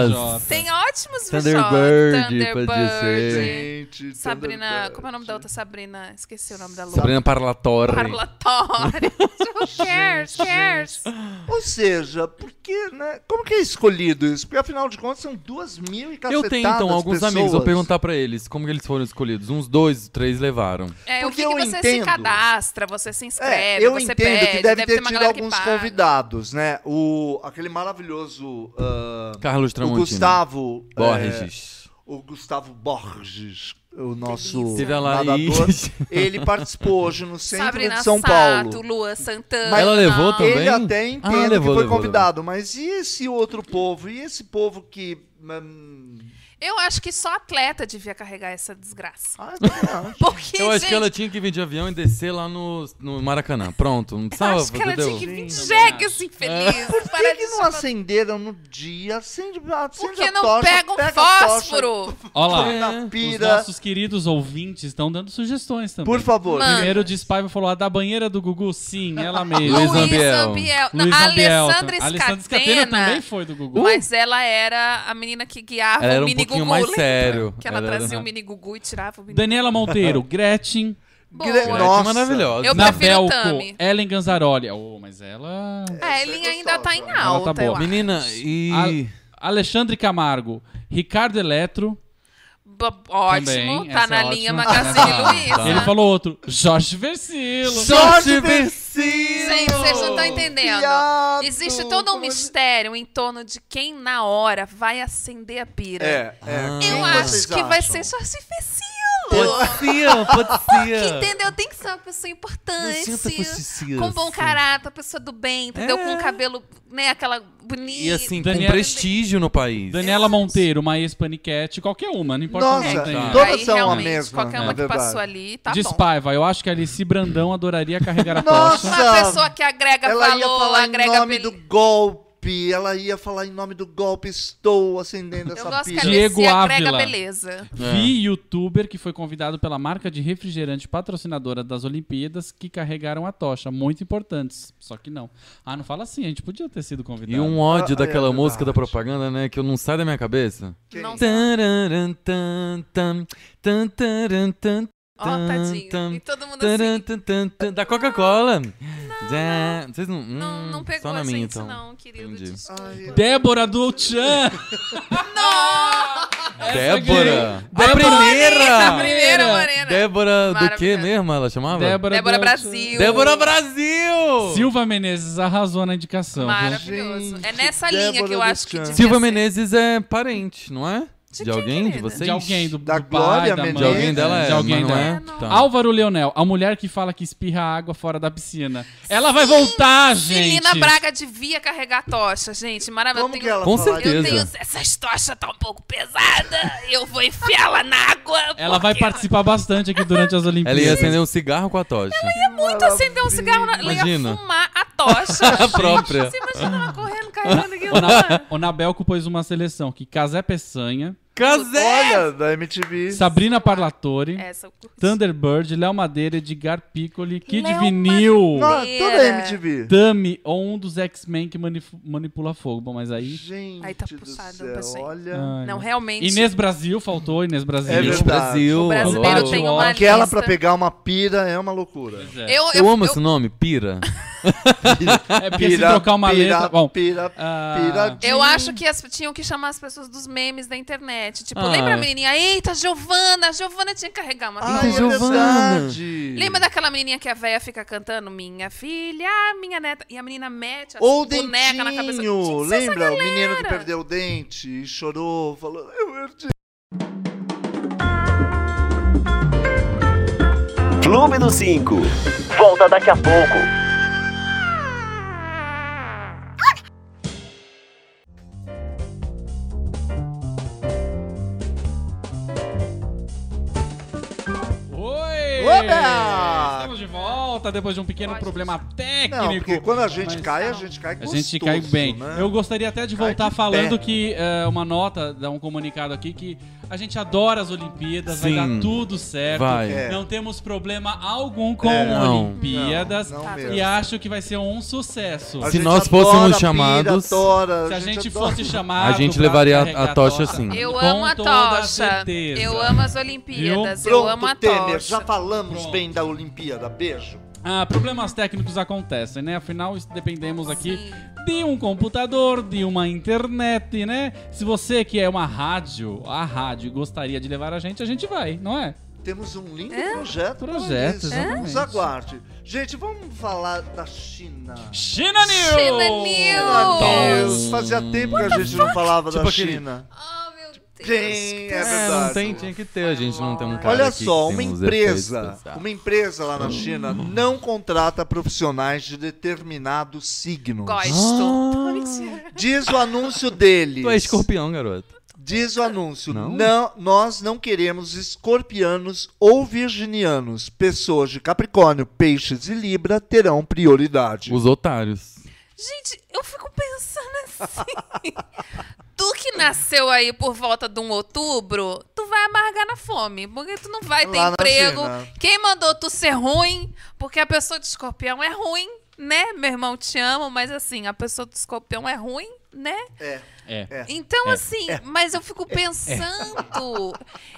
S6: Não é? Tem ótimos VJs.
S3: Thunderbird, pode
S6: Thunderbird.
S3: ser.
S5: Gente, Leite.
S6: Sabrina.
S5: Thunderbird.
S6: Como é o nome da outra Sabrina? Esqueci o nome da louca.
S3: Sabrina Parlatorre.
S6: Parlatório. Who cares? cares?
S5: Ou seja, porque, né? Como que é escolhido isso? Porque afinal de contas são duas mil e
S3: Eu tenho, então, alguns
S5: pessoas.
S3: amigos. Vou perguntar pra eles como que eles foram escolhidos. Uns dois, três levaram.
S6: É,
S5: Porque
S6: o que, que
S5: eu
S6: você
S5: entendo.
S6: se cadastra, você se
S5: É,
S6: inscreve,
S5: eu
S6: você
S5: entendo
S6: pede,
S5: que deve, ter
S6: uma
S5: tido
S6: galera que
S5: alguns
S6: paga.
S5: convidados, né? O, aquele maravilhoso. ah,
S3: Carlos
S5: o
S3: Tramontino.
S5: Gustavo. é,
S3: Borges.
S5: o Gustavo Borges, o nosso
S6: delícia.
S3: Teve a Laís.
S5: nadador. Ele participou hoje no centro
S6: Sabrina
S5: de São
S6: Sato,
S5: Paulo.
S6: Luan Santana.
S3: Mas ela levou também?
S5: Ele até entende
S3: Ah,
S5: que
S3: levou,
S5: foi
S3: levou,
S5: convidado, mas e esse outro povo? E esse povo que. hum,
S6: Eu acho que só atleta devia carregar essa desgraça.
S5: ah, não.
S6: Porque,
S3: Eu acho
S6: gente,
S3: que ela tinha que vir de avião e descer lá no, no Maracanã. Pronto, não
S6: eu
S3: precisava.
S6: acho que ela
S3: entendeu?
S6: tinha que vir
S4: Sim.
S6: jegue esse infeliz.
S5: É. Por que, que não acenderam no dia? Acende, acende
S6: Porque
S5: a
S6: não
S5: tocha,
S6: pega um
S5: pega a tocha,
S6: fósforo.
S4: Olha lá.
S5: põe na
S4: Os
S5: pira.
S4: nossos queridos ouvintes estão dando sugestões também.
S5: Por favor.
S6: Mano.
S4: Primeiro, o Despaiva falou: a da banheira do Gugu? Sim, ela mesma.
S3: Luiz
S6: Luiz
S3: Ambiel.
S6: Ambiel. Não,
S4: Luiz Ambiel.
S6: Alessandra
S4: Alessandra Scatena também é
S6: Scatena.
S4: foi do Gugu.
S6: Mas ela era a menina que guiava
S3: Uh! Ela era
S6: o
S3: um
S6: mini
S3: pouquinho
S6: Gugu.
S3: mais
S6: lembra?
S3: sério.
S6: Que ela
S3: Ela era-
S6: trazia o mini Gugu e tirava o mini
S4: Daniela Monteiro, Gretchen,
S6: Boa.
S5: Gre-
S3: Ela é
S5: Nossa.
S3: maravilhosa.
S6: Eu prefiro o
S4: Nabelco,
S6: Tami.
S4: Ellen Ganzaroli. Oh, mas ela.
S6: A
S3: é
S6: Ellen ainda tá em
S5: Ela
S4: tá
S6: alta, eu
S4: boa.
S6: acho.
S3: Menina, e.
S4: A- Alexandre Camargo, Ricardo Eletro.
S6: Bo- Ótimo,
S4: Também,
S6: tá
S4: essa
S6: na
S4: é
S6: linha
S4: ótima. é
S6: Magazine
S3: Tá, tá.
S6: Luiza.
S4: Ele falou outro. Jorge Versilo.
S5: Jorge
S3: Versilo!
S6: Gente, vocês não estão entendendo.
S5: Viado,
S6: Existe todo um
S5: como é-
S6: mistério em torno de quem na hora vai acender a pira.
S5: É, é.
S3: Ah.
S5: Quem
S6: Eu
S5: vocês
S6: acho que vai
S5: acham?
S6: ser Jorge
S3: Pode
S6: Fecilo.
S3: ser, pode
S6: Que
S3: ser.
S6: entendeu? Tem que ser uma pessoa importante.
S3: Não sinta possessiva,
S6: Com bom
S3: assim.
S6: caráter, pessoa do bem, entendeu?
S3: É.
S6: Com o cabelo, né, aquela bonita.
S3: E assim,
S4: Daniela-
S3: com prestígio no país.
S4: Daniela Monteiro, Maís Paniquete, qualquer uma, não importa
S5: Nossa,
S4: quem tem.
S5: então-
S6: Aí,
S5: Todas são a
S6: realmente,
S5: mesma,
S6: Qualquer
S5: né?
S6: uma que
S5: Verdade.
S6: passou ali, tá bom.
S4: Despaiva, eu acho que a Alice Brandão adoraria carregar a
S5: Nossa!
S4: tocha.
S6: Uma pessoa que agrega
S5: Ela ia
S6: valor,
S5: falar
S6: agrega
S5: em nome
S6: bel-
S5: do golpe. Ela ia falar em nome do golpe. Estou acendendo
S6: Eu
S5: essa
S6: gosto que
S5: pira.
S6: a
S4: Alice- Diego
S6: Alessia agrega
S4: Ávila.
S6: beleza.
S4: Vi youtuber que foi convidado pela marca de refrigerante patrocinadora das Olimpíadas que carregaram a tocha. Muito importantes. Só que não. Ah, não fala assim, a gente podia ter sido convidado.
S3: E um ódio
S5: Ah, é
S3: daquela
S5: verdade.
S3: música da propaganda, né? Que eu não sai da minha cabeça.
S5: Quem?
S6: Não sei.
S3: Tararan, tan, tan, tan, taran, tan,
S6: Ó, tadinho.
S3: tan,
S6: E todo mundo
S3: taran,
S6: assim.
S3: tan, tan, tan, Da Coca-Cola. Zé, Vocês não.
S6: Não, não
S3: hum,
S6: pegou
S3: Só na
S6: essa
S3: minha,
S6: isso,
S3: então.
S6: não, querido.
S3: Entendi.
S6: desculpa.
S5: Ai,
S4: Débora do Chan!
S3: Débora!
S4: Débora-
S3: A
S6: A
S3: primeira!
S6: primeira morena.
S3: Débora do que
S6: Maravilhosa.
S3: mesmo ela chamava?
S6: Débora
S4: do
S6: Brasil.
S3: Débora Brasil!
S4: Chan. Silva Menezes arrasou na indicação. viu?
S6: Maravilhoso.
S5: Gente,
S6: é nessa
S5: Débora
S6: linha que eu
S5: do
S6: acho que
S5: Chan.
S6: devia
S3: Silva
S6: ser.
S3: Menezes é parente, não é?
S6: De
S3: De,
S6: quem,
S3: alguém? De
S6: querida?
S3: vocês?
S4: De alguém, do,
S5: Da
S4: do pai,
S5: Glória
S4: da mãe.
S5: Menezes.
S3: De alguém dela é,
S4: De alguém
S3: mas não
S4: dela.
S3: é?
S6: dela.
S3: Tá.
S4: Álvaro Leonel, a mulher que fala que espirra água fora da piscina. Ela vai voltar, gente!
S6: Celina Braga devia carregar a tocha, gente. Maravilhoso.
S5: Como que é ela
S3: Com
S5: falaria?
S6: Eu
S3: certeza.
S6: tenho... Essa tocha tá um pouco pesada. Eu vou enfiá-la na água.
S4: Ela vai
S6: porque-
S4: participar bastante aqui durante as Olimpíadas.
S3: Ela ia acender um cigarro com a tocha.
S6: Muito acender um cigarro, na... ela ia
S3: Imagina.
S6: fumar a tocha.
S3: A própria.
S6: Você imagina ela correndo, carregando aqui.
S4: O,
S6: ó.
S4: Na... o Nabelco pôs uma seleção que Casé Peçanha,
S3: Casé!
S6: É.
S5: Olha, da MTV.
S4: Sabrina Parlatore,
S6: Essa eu curti.
S4: Thunderbird, Léo Madeira, Edgar Piccoli, Kid
S6: Léo
S4: Vinil,
S5: Não, toda a
S6: Madeira.
S5: MTV.
S4: Dummy ou um dos X-Men que manif- manipula fogo. Bom, mas aí...
S5: Gente
S6: Aí tá
S5: do
S6: puxado,
S5: céu,
S6: pra gente.
S5: olha.
S4: Ai,
S6: Não,
S4: né?
S6: realmente.
S4: Inês Brasil, faltou Inês Brasil.
S5: É
S3: Inês
S5: verdade.
S3: Brasil,
S6: O brasileiro
S3: alô.
S4: Bate
S6: tem
S4: o
S6: uma
S5: Aquela
S6: lista.
S5: pra pegar uma pira é uma loucura.
S4: Pois é.
S6: Eu,
S3: Eu amo esse nome, Pira.
S4: É porque se trocar uma
S5: pira,
S4: letra... Bom,
S5: pira,
S4: ah,
S5: pira,
S6: Eu acho que as, tinham que chamar as pessoas dos memes da internet. Tipo,
S3: Ah.
S6: lembra a menininha? Eita, Giovana! A Giovana tinha que carregar uma
S5: Ai,
S3: Ai,
S5: é
S6: tocha.
S3: Giovana.
S5: verdade.
S6: Lembra daquela menininha que a véia fica cantando? Minha filha, minha neta. E a menina mete a
S5: Ou o
S6: boneca na cabeça.
S5: dentinho,
S6: Gente, essa
S5: lembra? O menino que
S6: é galera.
S5: perdeu o dente e chorou, falou, eu perdi.
S2: Clube do 5. Volta daqui a pouco.
S4: Oi!
S5: Oba!
S4: Estamos de volta depois de um pequeno problema técnico.
S5: Não, porque quando a gente
S4: Mas
S5: cai, a gente cai
S4: A
S5: gostoso,
S4: gente cai bem.
S5: né?
S4: Eu gostaria até de voltar
S5: de
S4: falando
S5: pé.
S4: que eh, uma nota, dar um comunicado aqui, que A gente adora as Olimpíadas, vai
S3: Sim.
S4: dar tudo certo.
S3: Vai.
S5: É.
S4: Não temos problema algum com
S5: É.
S3: Não.
S4: Olimpíadas.
S5: Não,
S6: Tá
S5: não
S4: E
S5: mesmo.
S4: acho que vai ser um sucesso.
S5: A
S3: Se
S5: gente
S3: nós
S5: adora
S3: fôssemos
S5: pira,
S3: chamados-
S5: adora,
S4: Se a gente
S5: adora.
S4: fosse chamado.
S3: A gente
S4: pra
S3: levaria a-
S4: carregar
S3: a tocha sim.
S6: Eu
S4: Com
S6: amo a
S4: toda
S6: tocha.
S4: certeza.
S6: Eu amo as Olimpíadas. eu
S5: Pronto,
S6: amo a
S5: Temer,
S6: tocha.
S5: já falamos
S4: Pronto.
S5: bem da Olimpíada. Beijo.
S4: Ah, problemas técnicos acontecem, né? Afinal, isso dependemos aqui
S6: Sim.
S4: de um computador, de uma internet, né? Se você que é uma rádio, a rádio gostaria de levar a gente, a gente vai, não é?
S5: Temos um lindo
S6: É?
S5: projeto. pra
S4: Projeto,
S5: isso.
S4: exatamente.
S5: Nos aguarde. Gente, vamos falar da China.
S4: China News!
S6: China
S5: Meu
S6: News!
S5: Deus, fazia tempo que a gente não falava da
S3: Tipo aquele-
S5: China.
S6: Oh, meu Deus.
S5: Quem é
S3: É,
S5: verdade?
S3: não tem, tinha que ter, a gente não tem um cara
S5: Olha
S3: aqui que
S5: só,
S3: tem
S5: uma
S3: uns efeitos
S5: empresa,
S3: especiais. Hum.
S5: uma empresa lá na China não contrata profissionais de determinados signos.
S6: Gosto.
S3: Ah.
S6: Mentira.
S5: Diz o anúncio deles.
S3: Tu é escorpião, garoto.
S5: Diz o anúncio.
S3: Não?
S5: Não? nós não queremos escorpianos ou virginianos. Pessoas de Capricórnio, Peixes e Libra terão prioridade.
S3: Os otários.
S6: Gente, eu fico pensando assim. tu que nasceu aí por volta de um outubro, tu vai amargar na fome. Porque tu não vai ter
S5: Lá na
S6: emprego.
S5: China.
S6: Quem mandou tu ser ruim? Porque a pessoa de escorpião é ruim, né? Meu irmão, te amo, mas assim, a pessoa de escorpião é ruim, né?
S5: É.
S4: É.
S6: Então,
S4: É.
S6: assim, mas eu fico pensando.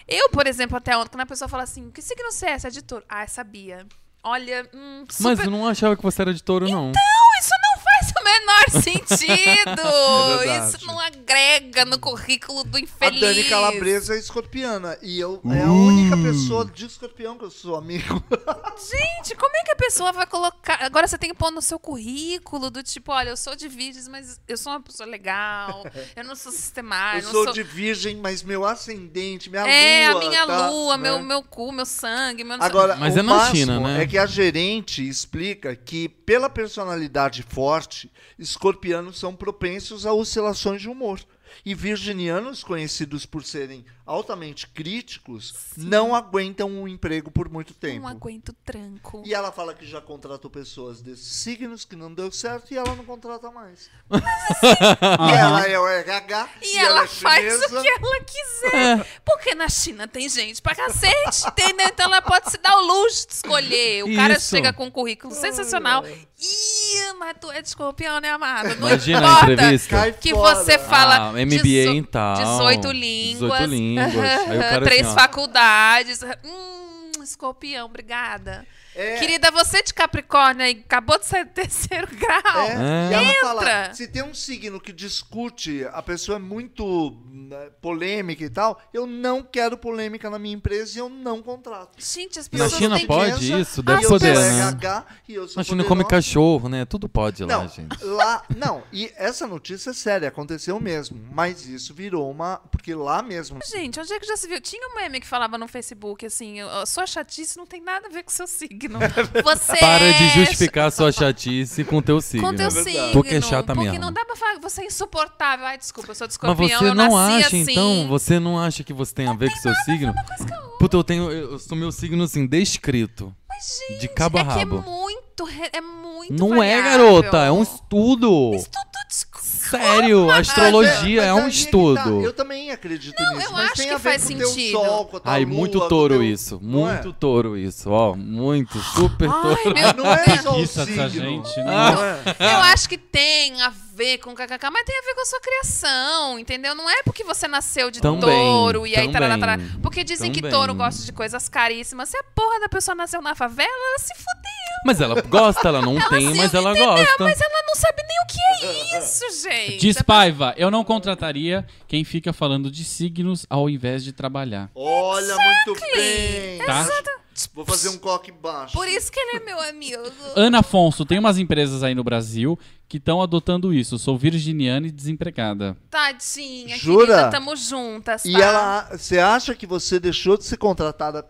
S6: Eu, por exemplo, até ontem, quando a pessoa fala assim, que signo você é? Você é de touro? Ah, sabia. Olha, hum, super... Então,
S3: Mas eu não achava que você era de touro, não.
S6: Não, isso não faz o menor sentido.
S5: É verdade.
S6: isso não agrega no currículo do
S5: A
S6: infeliz.
S5: Dani Calabresa é escorpiana e eu é a
S3: Uh.
S5: única pessoa de escorpião que eu sou amigo.
S6: Gente, como é que a pessoa vai colocar... Agora você tem que pôr no seu currículo do tipo, olha, eu sou de vídeos, mas eu sou uma pessoa legal. Eu não sou sistemática.
S5: eu
S6: Ah, não
S5: sou de virgem, mas meu ascendente, minha
S6: É,
S5: lua.
S6: a minha
S5: tá,
S6: lua,
S5: né?
S6: meu, meu cu, meu sangue, meu... não sei-
S5: Agora,
S3: Mas
S5: o
S3: é na
S5: máximo
S3: China, né?
S5: É que a gerente explica que, pela personalidade forte, escorpianos são propensos a oscilações de humor. E virginianos, conhecidos por serem altamente críticos, não aguentam um emprego por muito tempo.
S6: Não aguento tranco.
S5: E ela fala que já contratou pessoas desses signos que não deu certo e ela não contrata mais.
S4: Ah.
S5: E
S4: Aham.
S5: ela é o RH
S6: E,
S5: e
S6: ela
S5: é
S6: faz
S5: chinesa.
S6: o que ela quiser. Porque na China tem gente pra cacete, entendeu? Então ela pode se dar o luxo de escolher. O cara
S3: Isso.
S6: chega com um currículo sensacional. Ih, mas tu é de escorpião, né, amada? Não
S3: Imagina a
S6: importa
S3: entrevista.
S5: Cai
S6: que
S5: fora.
S6: você fala
S3: Ah, MBA em
S6: dezo-
S3: tal.
S6: 18 línguas.
S3: 18 línguas. Aí o cara
S6: três
S3: assim, ó.
S6: faculdades. Hum, escorpião, obrigada.
S5: É.
S6: Querida, você de Capricórnio aí, acabou de sair do terceiro grau.
S5: É, E
S6: É.
S5: ela
S6: Entra.
S5: fala, se tem um signo que discute, a pessoa é muito né, polêmica e tal, eu não quero polêmica na minha empresa e eu não contrato.
S6: Gente,
S3: Na
S6: as pessoas
S3: China
S6: não têm Ah,
S3: pode
S5: criança,
S3: isso?
S5: e
S3: Deve
S5: eu
S3: poder,
S5: sou
S3: né?
S5: RH, e eu sou
S3: Na China come
S5: poderosa.
S3: cachorro, né? Tudo pode lá,
S5: Não,
S3: gente.
S5: lá, não, e essa notícia é séria, aconteceu mesmo, mas isso virou uma, porque lá mesmo,
S6: Gente, onde é que já se viu? Tinha um meme que falava no Facebook assim: a sua chatice não tem nada a ver com o seu signo.
S5: É
S6: Você
S3: Para
S6: é
S3: de justificar sua chatice com teu signo.
S6: com teu signo.
S3: Tu que é chata
S6: porque
S3: mesmo.
S6: não dá pra falar, você é insuportável. Ai, desculpa, eu sou de
S3: Mas
S6: escorpião,
S3: você
S6: eu
S3: não
S6: nasci
S3: acha,
S6: assim.
S3: então? Você não acha que você tem a ver com seu signo? Puta, eu tenho. Eu sou meu signo assim, descrito.
S6: Mas, gente,
S3: De cabo a
S6: é que é
S3: rabo.
S6: muito, re- é muito
S3: Não é,
S6: variável.
S3: garota, é um estudo.
S6: Estudo de...
S3: Sério, a astrologia
S5: Mas
S3: é
S5: aí
S3: um
S5: que tá, Eu
S3: estudo.
S5: também acredito nisso,
S6: eu
S5: mas
S6: acho
S5: tem
S6: que
S5: a ver
S6: faz
S5: com teu
S6: sentido.
S5: sol, com a tua
S3: Ai,
S5: lua,
S3: muito
S5: com
S3: touro
S5: teu-
S3: isso.
S5: Não é?
S3: Muito touro isso, ó. Muito, super touro.
S6: Ai, meu
S5: Não é só o
S4: Preguiça dessa
S5: signo.
S4: gente, né?
S3: Ah.
S5: não é?
S6: Eu acho que tem a ver com kkk, mas tem a ver com a sua criação, entendeu? Não é porque você nasceu de
S3: Também,
S6: touro e aí tarará,
S3: também,
S6: tarará. Porque dizem que
S3: também.
S6: touro gosta de coisas caríssimas. Se a porra da pessoa nasceu na favela, ela se fudeu.
S3: Mas ela gosta, ela não tem, mas ela gosta.
S6: Mas ela não sabe nem o que é isso, gente.
S4: Diz
S6: A
S4: Paiva, eu não contrataria quem fica falando de signos ao invés de trabalhar.
S5: Olha, muito bem.
S4: Tá?
S5: Vou fazer um coque baixo.
S6: Por isso que ele é meu amigo.
S4: Ana Afonso, tem umas empresas aí no Brasil que estão adotando isso. Sou virginiana e desempregada.
S6: Tadinha,
S5: Jura?
S6: querida, tamo juntas, tá?
S5: E ela, você acha que você deixou de ser contratada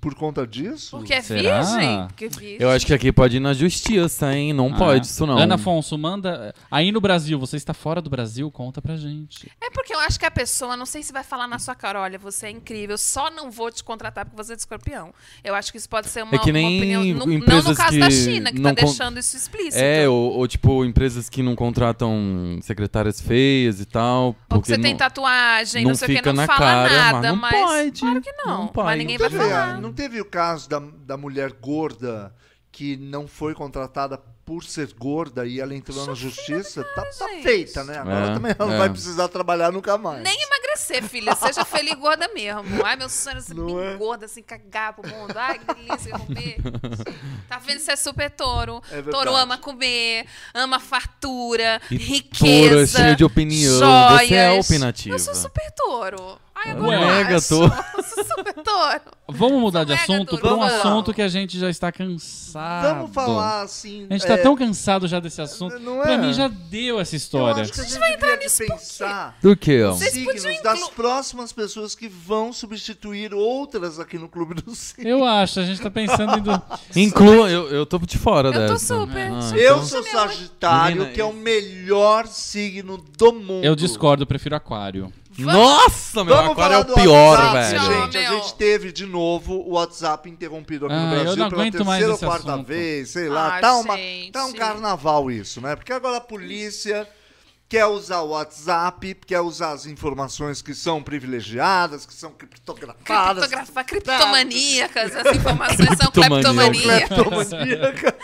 S5: por conta disso?
S6: Porque é
S4: Será?
S6: virgem? Porque é virgem.
S3: Eu acho que aqui pode ir na justiça, hein?
S6: Ah.
S3: Não pode isso, não.
S4: Ah. Ana Afonso, manda. eh, Aí no Brasil, você está fora do Brasil? Conta pra gente.
S6: É porque eu acho que a pessoa, não sei se vai falar na sua cara, olha, você é incrível, só não vou te contratar porque você é de escorpião. Eu acho que isso pode ser uma,
S3: É que nem
S6: uma opinião. nu- Não,
S3: empresas
S6: no caso
S3: que
S6: da China, que
S3: não
S6: tá
S3: con-
S6: deixando isso então. explícito.
S3: É, ou, ou, tipo, empresas que não contratam secretárias feias e tal.
S6: Ou que
S3: Porque
S6: você tem
S3: não-
S6: tatuagem, não,
S3: não
S6: sei o que,
S3: fica na
S6: não fala
S3: cara,
S6: nada,
S3: mas não pode.
S6: Claro que não.
S3: Não pode.
S6: Mas ninguém
S5: Não
S6: vai
S5: teve, a-
S6: falar.
S5: não teve o caso da, da mulher gorda que não foi contratada por ser gorda e ela entrou na justiça? Tá, tá
S6: gente.
S5: feita, né? Agora
S3: É,
S5: também ela não
S3: é.
S5: vai precisar trabalhar nunca mais.
S6: Nem emagrecer, filha. Seja feliz e gorda mesmo. Ai, meu sonho é ser
S5: Não
S6: bem
S5: é?
S6: gorda, assim, cagar pro mundo. Ai, que delícia comer. Tá vendo? Você é super touro.
S5: É verdade.
S6: touro ama comer, ama fartura,
S3: E
S6: riqueza.
S3: touro é cheio de opinião.
S6: Joias.
S3: Você é opinativa.
S6: Eu sou super touro. Ai,
S3: É
S6: agora eu
S3: mega
S6: acho.
S3: touro.
S6: Eu sou super touro.
S4: Vamos mudar de
S6: Mega
S4: assunto
S6: duro,
S4: para um
S6: vamos lá.
S4: assunto que a gente já está cansado.
S5: Vamos falar assim.
S4: Ah, A gente tá
S5: é,
S4: tão cansado já desse assunto.
S5: Não é?
S4: Pra mim já deu essa
S5: eu
S4: história.
S5: acho que a gente devia de pensar
S3: Do que,
S4: Então.
S3: ó?
S5: os signos
S6: podiam
S5: das
S6: inclu-
S5: próximas pessoas que vão substituir outras aqui no Clube do Cinco.
S4: Eu acho, a gente tá pensando em. do-
S3: Inclua, eu, eu tô de fora
S6: Eu tô
S3: dessa. Ah, então,
S6: super. super
S5: Eu
S4: então.
S6: touro.
S5: sou Sagitário,
S3: Menina,
S5: que é o melhor signo do mundo.
S4: Eu discordo, eu prefiro aquário.
S3: Nossa, meu,
S5: Vamos
S3: aquário é
S5: falar
S3: o
S5: do
S3: pior,
S5: WhatsApp,
S3: velho.
S6: Tchau.
S5: Gente, a
S6: Meu.
S5: gente teve de novo o WhatsApp interrompido aqui
S4: Ah,
S5: no
S4: eu
S5: Brasil
S4: não
S5: pela
S4: aguento mais
S5: terceira ou
S4: esse
S5: quarta
S4: assunto.
S5: vez, sei lá.
S6: Ai,
S5: tá, uma,
S6: Ah, gente.
S5: tá um carnaval isso, né? Porque agora a polícia quer usar o WhatsApp, quer usar as informações que são privilegiadas, que são criptografadas. que
S6: Criptografar, criptomaníacas, as informações são
S3: Criptomania.
S6: cleptomania.
S5: são criptomaníacas.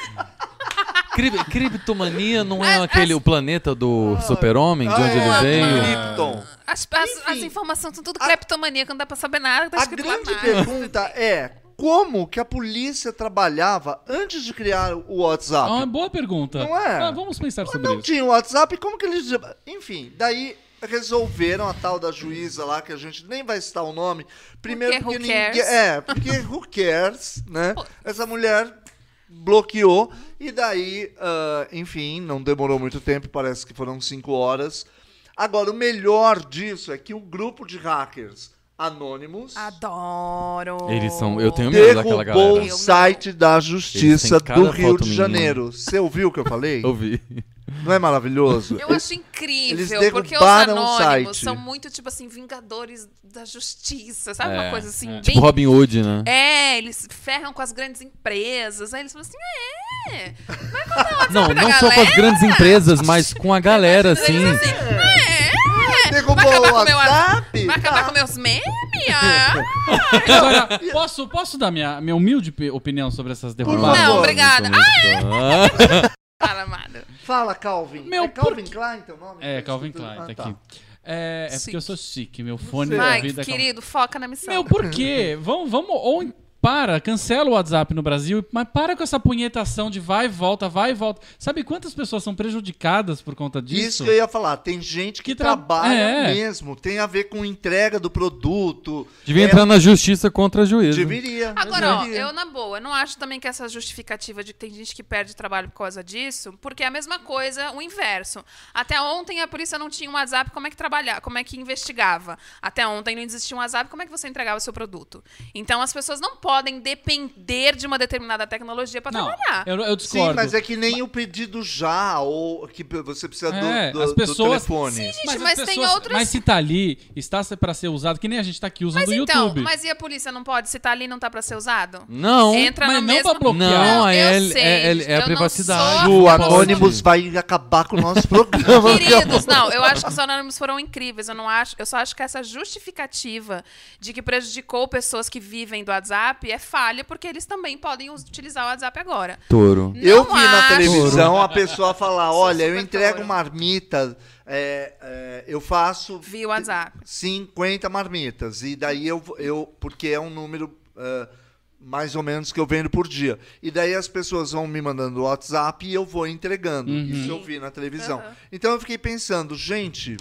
S3: Cri- criptomania não
S6: Ah,
S3: é aquele o planeta do super-homem, de onde ele
S5: Ah, é,
S3: veio?
S5: Krypton.
S6: As, as, as informações são tudo cleptomania, que não dá pra saber nada. que Tá
S5: A
S6: escrito lá
S5: grande
S6: nada.
S5: pergunta é como que a polícia trabalhava antes de criar o WhatsApp?
S4: Ah, uma boa pergunta.
S5: Não é?
S4: Ah, vamos pensar
S5: Mas
S4: sobre
S5: não
S4: isso.
S5: tinha WhatsApp, como que eles. Enfim, daí resolveram a tal da juíza lá, que a gente nem vai citar o nome. Primeiro porque,
S6: Porque who
S5: ninguém.
S6: cares?
S5: É, porque who cares, né? Essa mulher bloqueou e daí, ah, enfim, não demorou muito tempo, parece que foram cinco horas. Agora, o melhor disso é que o grupo de hackers anônimos
S6: Adoro.
S3: Eles são. Eu tenho medo daquela
S5: derrubou
S3: galera.
S5: o site da Justiça
S3: Eles têm cada
S5: do Rio
S3: foto
S5: de
S3: menina.
S5: Janeiro. Você ouviu o que eu falei?
S3: Eu vi.
S5: Não é maravilhoso?
S6: Eu acho incrível,
S5: eles
S6: porque os
S5: derrubaram o
S6: anônimos
S5: site.
S6: são muito, tipo assim, vingadores da justiça, sabe?
S3: É,
S6: uma coisa assim, bem.
S3: Tipo Robin Hood, né?
S6: É, eles ferram com as grandes empresas. Aí eles falam assim: é.
S3: Não,
S6: pra
S3: não só com as
S6: galera.
S3: grandes empresas, mas com a galera,
S6: Eles
S3: assim.
S6: falam assim, é.
S5: Derrubou
S6: vai acabar
S5: o
S6: com meu
S5: WhatsApp?
S6: Vai acabar com meus memes? Ah,
S4: Agora, posso, posso dar minha, minha humilde pe- opinião sobre essas derrubadas?
S5: favor.
S6: Não, obrigada.
S3: Ah, é?
S6: Fala, amado.
S5: Fala, Calvin.
S4: Meu,
S5: é Calvin Klein teu nome?
S4: É, Calvin Klein,
S5: Ah,
S4: tá aqui. É, é porque eu sou chique, meu fone da
S6: Vai,
S4: vida é Calvin
S6: querido, foca na missão.
S4: Meu, por quê? vamos, vamos, ou em- para, cancela o WhatsApp no Brasil, mas para com essa punhetação de vai e volta, vai e volta. Sabe quantas pessoas são prejudicadas por conta
S5: Isso
S4: disso?
S5: que eu ia falar. Tem gente que,
S4: Que tra-
S5: trabalha
S4: é.
S5: mesmo. Tem a ver com entrega do produto.
S3: Devia
S5: É,
S3: entrar na justiça contra juízo.
S5: Deveria.
S6: Agora, ó,
S5: deveria.
S6: eu na boa, não acho também que essa justificativa de que tem gente que perde trabalho por causa disso, porque é a mesma coisa, o inverso. Até ontem a polícia não tinha um WhatsApp, como é que trabalhava, como é que investigava? Até ontem não existia um WhatsApp, como é que você entregava o seu produto? Então as pessoas não podem depender de uma determinada tecnologia para
S4: Não,
S6: trabalhar.
S4: eu, eu
S5: Sim,
S4: discordo.
S5: mas é que nem o pedido já, ou que você precisa do-
S4: É,
S5: do,
S4: as
S5: do
S4: pessoas-
S5: telefone.
S6: Gente,
S4: as
S6: mas tem outras-
S4: Mas se tá ali, está se- pra ser usado, que nem a gente tá aqui usando
S6: Mas
S4: o
S6: então,
S4: YouTube.
S6: mas e a polícia não pode? Se tá ali, não tá para ser usado?
S3: Não.
S6: Entra
S4: mas
S6: no
S4: não
S6: mesmo...
S4: pra bloquear.
S3: Não,
S6: Não,
S3: é,
S6: eu
S3: é-
S6: sei,
S3: é- é
S6: eu
S3: a
S6: não
S3: privacidade.
S6: sou
S5: O
S3: Não pode.
S5: Anônimos vai acabar com o nosso programa.
S6: Queridos, não, eu acho que os anônimos foram incríveis. Eu não acho, eu só acho que essa justificativa de que prejudicou pessoas que vivem do WhatsApp é falha, porque eles também podem us- utilizar o WhatsApp agora.
S3: Touro.
S5: Eu
S6: Não
S5: vi na
S6: acho.
S5: televisão a pessoa falar:
S6: Sou
S5: olha, eu
S6: super
S5: entrego
S6: favor.
S5: marmita, é, é, eu faço.
S6: Via WhatsApp.
S5: 50 marmitas. E daí eu. eu porque é um número. ah, mais ou menos que eu vendo por dia. E daí as pessoas vão me mandando WhatsApp e eu vou entregando. Isso eu vi na televisão.
S6: Aham.
S5: Então eu fiquei pensando, gente,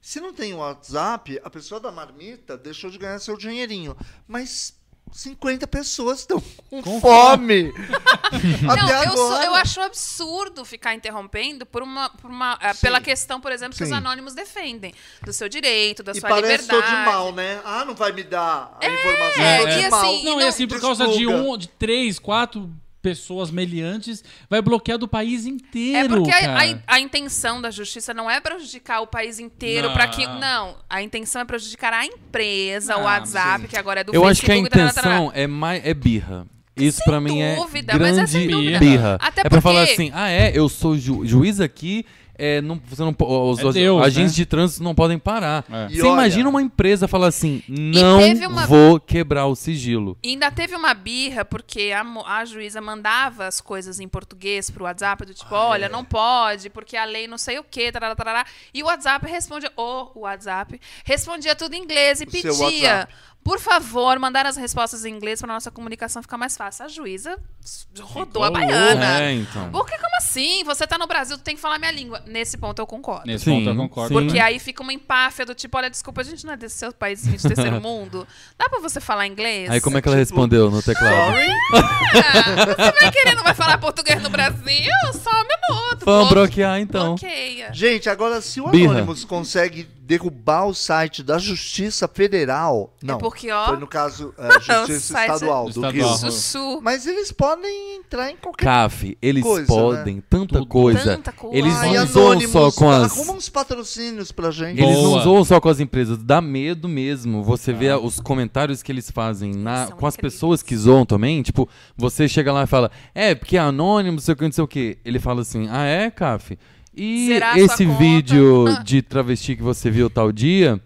S5: se não tem WhatsApp, a pessoa da marmita deixou de ganhar seu dinheirinho. Mas 50 pessoas estão com,
S4: Com
S5: fome. Até
S6: Não, eu, sou-
S5: agora.
S6: eu acho um absurdo ficar interrompendo por uma, por uma, eh, pela questão, por exemplo, que os
S5: Sim.
S6: anônimos defendem. Do seu direito, da
S5: E
S6: sua
S5: parece todo
S6: liberdade.
S5: de mal, né? Ah, não vai me dar a informação.
S6: É,
S5: Tô de
S6: e
S5: mal.
S6: assim,
S4: Não,
S6: E
S4: e
S6: não-
S4: assim, por causa de
S5: Desculpa.
S4: um, de três, quatro pessoas meliantes, vai bloquear do país
S6: É
S4: inteiro.
S6: porque a,
S4: cara.
S6: a- a intenção da justiça não é prejudicar o país inteiro
S4: Não.
S6: pra que. Não, a intenção é prejudicar a empresa, o
S4: Ah,
S6: WhatsApp, que agora é do
S3: Eu
S6: Facebook.
S3: acho que a
S6: tarará, tarará.
S3: intenção é mais é birra. Isso pra mim é
S6: dúvida, mas é
S3: grande
S6: sem
S4: dúvida.
S3: birra.
S6: Até
S3: é pra
S6: porque-
S3: falar assim, ah é, eu sou ju- juiz aqui, é, não, você não, po- os
S4: É
S3: os
S4: Deus,
S3: agentes
S4: né?
S3: de trânsito não podem parar.
S4: É.
S5: E
S3: Você
S5: olha-
S3: imagina uma empresa falar assim,
S6: teve
S3: não
S6: uma-
S3: vou quebrar o sigilo.
S6: E ainda teve uma birra, porque a, mo- a juíza mandava as coisas em português pro WhatsApp, do tipo, olha, não pode, porque a lei não sei o quê, tarará, tarará. E o WhatsApp respondia, o WhatsApp, respondia tudo em inglês e
S5: O seu
S6: pedia,
S5: WhatsApp.
S6: por favor, mandar as respostas em inglês pra nossa comunicação ficar mais fácil. A juíza s- rodou a
S4: louca.
S6: baiana.
S3: É, então.
S6: Porque como assim? Você tá no Brasil, tu tem que falar minha língua. Nesse ponto eu concordo.
S4: Nesse
S3: Sim,
S4: ponto eu concordo.
S3: sim.
S6: Porque aí fica uma empáfia do tipo, olha, desculpa, a gente não é desse seu país de terceiro mundo. Dá pra você falar inglês?
S3: Aí como é que ela respondeu no teclado?
S5: Sorry?
S6: Ah, você vai querer não vai falar português no Brasil? Só um minuto.
S3: Vamos
S6: Bloque-
S3: bloquear então.
S6: Bloqueia.
S5: Gente, agora se o
S3: Birra.
S5: Anonymous consegue derrubar o site da Justiça Federal. Não,
S6: É porque, ó,
S5: foi no caso é, Justiça
S6: o site-
S5: Estadual do
S4: Estadual.
S5: Rio.
S6: Sussu.
S5: Mas eles podem entrar em qualquer.
S3: CAF, eles
S5: Coisa,
S3: podem tanta
S4: Tudo.
S3: coisa.
S6: Tanta coisa.
S3: Eles
S5: Ah, e
S3: não zoam só
S5: Anonymous,
S3: com as
S5: Arruma um uns patrocínios pra gente.
S3: Eles não
S4: Boa.
S3: zoam só com as empresas, dá medo mesmo. Você vê os comentários que eles fazem na-
S6: São
S3: com as
S6: incríveis.
S3: pessoas que zoam também. Tipo, você chega lá e fala, é, porque é anônimo, não sei o que, não sei o que. Ele fala assim, ah, é, Caf? E
S6: Zerar sua
S3: esse
S6: conta."
S3: vídeo
S6: Ah.
S3: de travesti que você viu tal dia?